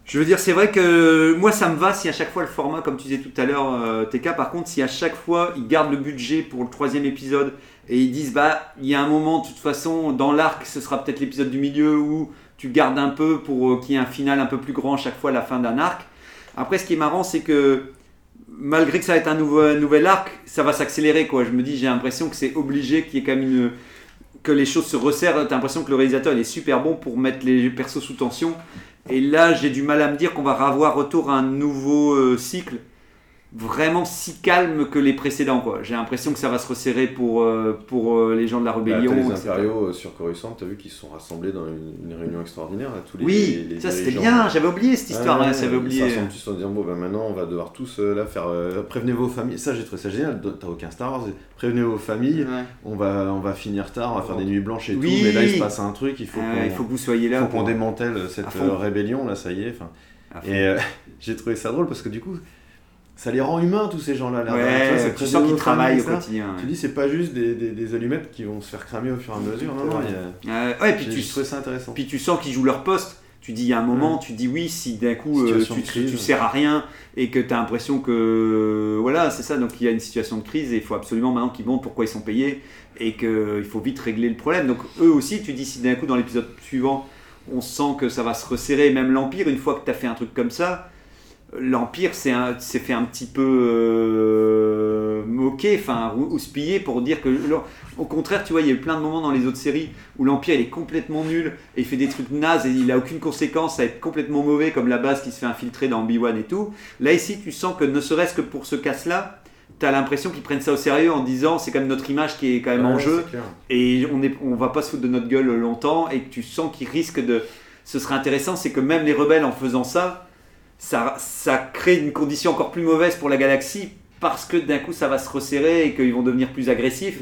S1: Je veux dire, c'est vrai que moi, ça me va si à chaque fois le format, comme tu disais tout à l'heure, euh, TK, par contre, si à chaque fois ils gardent le budget pour le troisième épisode et ils disent, bah, il y a un moment, de toute façon, dans l'arc, ce sera peut-être l'épisode du milieu où tu gardes un peu pour euh, qu'il y ait un final un peu plus grand chaque fois à la fin d'un arc. Après, ce qui est marrant, c'est que malgré que ça va être un, nouveau, un nouvel arc, ça va s'accélérer, quoi. Je me dis, j'ai l'impression que c'est obligé qu'il y ait quand même une. que les choses se resserrent. T'as l'impression que le réalisateur, il est super bon pour mettre les persos sous tension. Et là, j'ai du mal à me dire qu'on va avoir retour à un nouveau euh, cycle vraiment si calme que les précédents, quoi. J'ai l'impression que ça va se resserrer pour, euh, pour euh, les gens de la
S4: Bah,
S1: rébellion.
S4: t'as les
S1: etc.
S4: impériaux euh, sur Coruscant, t'as vu qu'ils se sont rassemblés dans une, une réunion extraordinaire. Là, tous les,
S1: Oui,
S4: les
S1: ça c'était
S4: dirigeants.
S1: bien, j'avais oublié cette histoire,
S4: Ouais,
S1: hein,
S4: ouais,
S1: j'avais oublié.
S4: Ils se rassemblent tous en disant bon, bah, maintenant on va devoir tous euh, là faire. euh, prévenez vos familles. Ça j'ai trouvé ça génial. T'as aucun Star Wars. Prévenez vos familles.
S2: Ouais.
S4: On va on va finir tard. On va faire des nuits blanches et
S1: Oui.
S4: tout. Mais là il se passe un truc. Il faut
S1: Ah,
S4: qu'on-
S1: il faut que vous soyez là
S4: hein. faut qu'on
S1: pour-
S4: démantèle
S1: À
S4: cette
S1: fond.
S4: euh, rébellion là. Ça y est. enfin.
S1: À fond.
S4: Et euh, j'ai trouvé ça drôle parce que du coup. Ça les rend humains tous ces gens-là. l'air de
S1: Ouais,
S4: rien. Tu vois, c'est
S1: tu
S4: prévenez
S1: sens qu'ils
S4: vos familles,
S1: travaillent hein. au
S4: etc.
S1: quotidien, ouais.
S4: Tu dis, c'est pas juste des, des- des allumettes qui vont se faire cramer au fur et à mesure. Non, non, il y a-
S1: Euh, ouais, puis
S4: j'ai-
S1: tu
S4: j'ai trouvé ça intéressant.
S1: Puis tu sens qu'ils jouent leur poste. Tu dis il y a un moment, tu dis oui, si d'un coup euh,
S4: Situation
S1: tu,
S4: de crise.
S1: tu sers à rien et que tu as l'impression que. Voilà, c'est ça, donc il y a une situation de crise et il faut absolument maintenant qu'ils montrent pourquoi ils sont payés et qu'il faut vite régler le problème. Donc eux aussi, tu dis si d'un coup dans l'épisode suivant, on sent que ça va se resserrer, même l'Empire, une fois que tu as fait un truc comme ça, l'Empire s'est un- s'est fait un petit peu euh, moquer, enfin, ou- houspiller pour dire que. leur- Au contraire, tu vois, il y a eu plein de moments dans les autres séries où l'Empire il est complètement nul et il fait des trucs nazes et il a aucune conséquence à être complètement mauvais comme la base qui se fait infiltrer dans Obi-Wan et tout. Là, ici, tu sens que ne serait-ce que pour ce casse-là, t'as l'impression qu'ils prennent ça au sérieux en disant c'est quand même notre image qui est quand même en
S4: Ouais,
S1: jeu
S4: c'est clair.
S1: et on est, on va pas se foutre de notre gueule longtemps et que tu sens qu'ils risquent de. Ce serait intéressant, c'est que même les rebelles en faisant ça, ça, ça crée une condition encore plus mauvaise pour la galaxie parce que d'un coup ça va se resserrer et qu'ils vont devenir plus agressifs.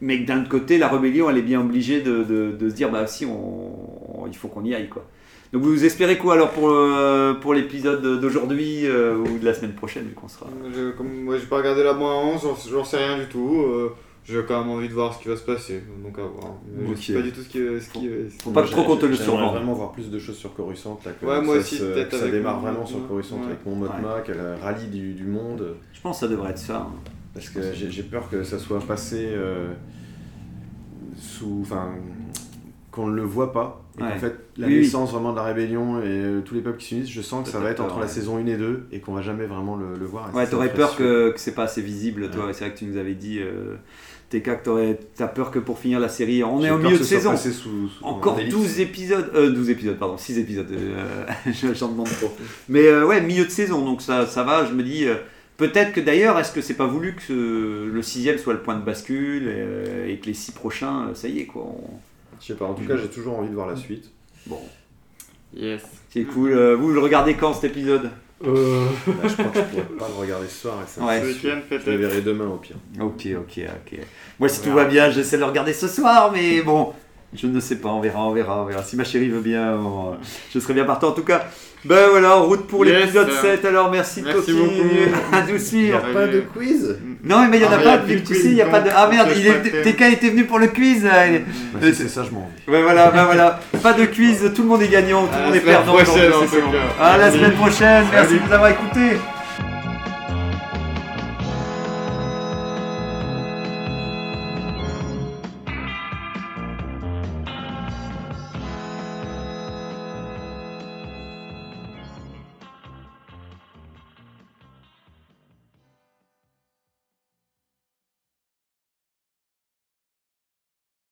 S1: Mais que d'un autre côté, la rébellion, elle est bien obligée de, de- de se dire bah si, on, on- il faut qu'on y aille quoi. Donc vous espérez quoi alors pour, euh, pour l'épisode d'aujourd'hui euh, ou de la semaine prochaine vu qu'on sera.
S2: Je- comme moi j'ai pas regardé la moins 11, j'en- j'en sais rien du tout. euh, j'ai quand même envie de voir ce qui va se passer, donc à voir. Mais
S4: Ok.
S2: Je sais pas du tout ce qui. Ce qui ce
S1: Faut
S2: qui-
S1: pas trop qu'on te le
S4: J'aimerais
S1: survende.
S4: vraiment voir plus de choses sur Coruscant. Là, que
S2: Ouais,
S4: ça
S2: moi aussi,
S4: se- que
S2: peut-être
S4: Ça
S2: avec
S4: démarre
S2: mon-
S4: vraiment sur Coruscant
S2: Ouais.
S4: avec mon Motma, qu'elle rallye du, du monde.
S1: Je pense que ça devrait être ça. hein.
S4: Parce que j'ai j'ai peur que ça soit passé euh, sous. Enfin. Qu'on ne le voit pas. Et
S1: Ouais.
S4: qu'en fait, la
S1: Oui, oui.
S4: naissance vraiment de la rébellion et euh, tous les peuples qui s'unissent, je sens que ça va être
S1: Peut-être,
S4: entre la
S1: ouais.
S4: saison 1 et 2 et qu'on va jamais vraiment le, le voir. Et
S1: Ah Ouais,
S4: ça,
S1: t'aurais
S4: ça me
S1: peur
S4: fait
S1: que, que c'est pas assez visible, toi. C'est vrai que tu nous avais dit, euh, TK, que t'aurais- t'as peur que pour finir la série, on
S4: J'ai
S1: est au
S4: peur
S1: milieu
S4: que
S1: de
S4: ce soit
S1: saison.
S4: passé sous- sous-
S1: Encore
S4: en ellipse.
S1: 12 épisodes, euh, 12 épisodes, pardon, 6 épisodes, euh, je- j'en demande trop. Mais euh, ouais, milieu de saison, donc ça, ça va, je me dis, euh, peut-être que d'ailleurs, est-ce que c'est pas voulu que ce- le sixième soit le point de bascule euh, et que les six prochains, euh, ça y est, quoi. on-
S4: Je sais pas, en tout cas, j'ai toujours envie de voir la suite.
S1: Bon.
S2: Yes.
S1: C'est cool. Euh, vous le regardez quand cet épisode
S5: Euh,
S4: Là, je crois que je pourrais pas le regarder ce soir. Et ça me
S1: Ouais.
S4: saoule.
S1: Ce
S2: week-end,
S4: Je le
S2: peut-être.
S4: verrai demain au pire.
S1: Ok, ok, ok. Moi, si tout va bien, j'essaie de le regarder ce soir, mais bon, je ne sais pas, on verra, on verra, on verra. Si ma chérie veut bien, on- je serai bien partant. En tout cas, ben voilà, en route pour
S2: Yes.
S1: l'épisode 7, alors merci,
S2: Merci
S1: de continuer
S2: beaucoup.
S1: à nous suivre.
S2: Salut. pas de
S4: quiz
S1: Non, mais il n'y en a
S2: Ah,
S1: pas,
S2: mais il y a
S1: vu
S2: plus
S1: que
S2: de
S1: tu
S2: quiz,
S1: sais, il n'y a pas de.
S2: donc,
S1: Ah merde,
S2: je
S1: il est-
S2: crois que-
S1: TK était venu pour le quiz. là, il est- Euh,
S4: C'est ça, je m'en vais.
S1: Ouais, voilà, ben voilà. Pas de quiz, tout le monde est gagnant, tout
S2: À
S1: le
S2: Ah, la
S1: monde est
S2: semaine
S1: perdant. donc,
S2: prochaine, en
S1: c'est
S2: tout
S1: bon.
S2: cas.
S1: À la
S2: Salut.
S1: semaine prochaine, merci
S2: Salut.
S1: de nous avoir écoutés.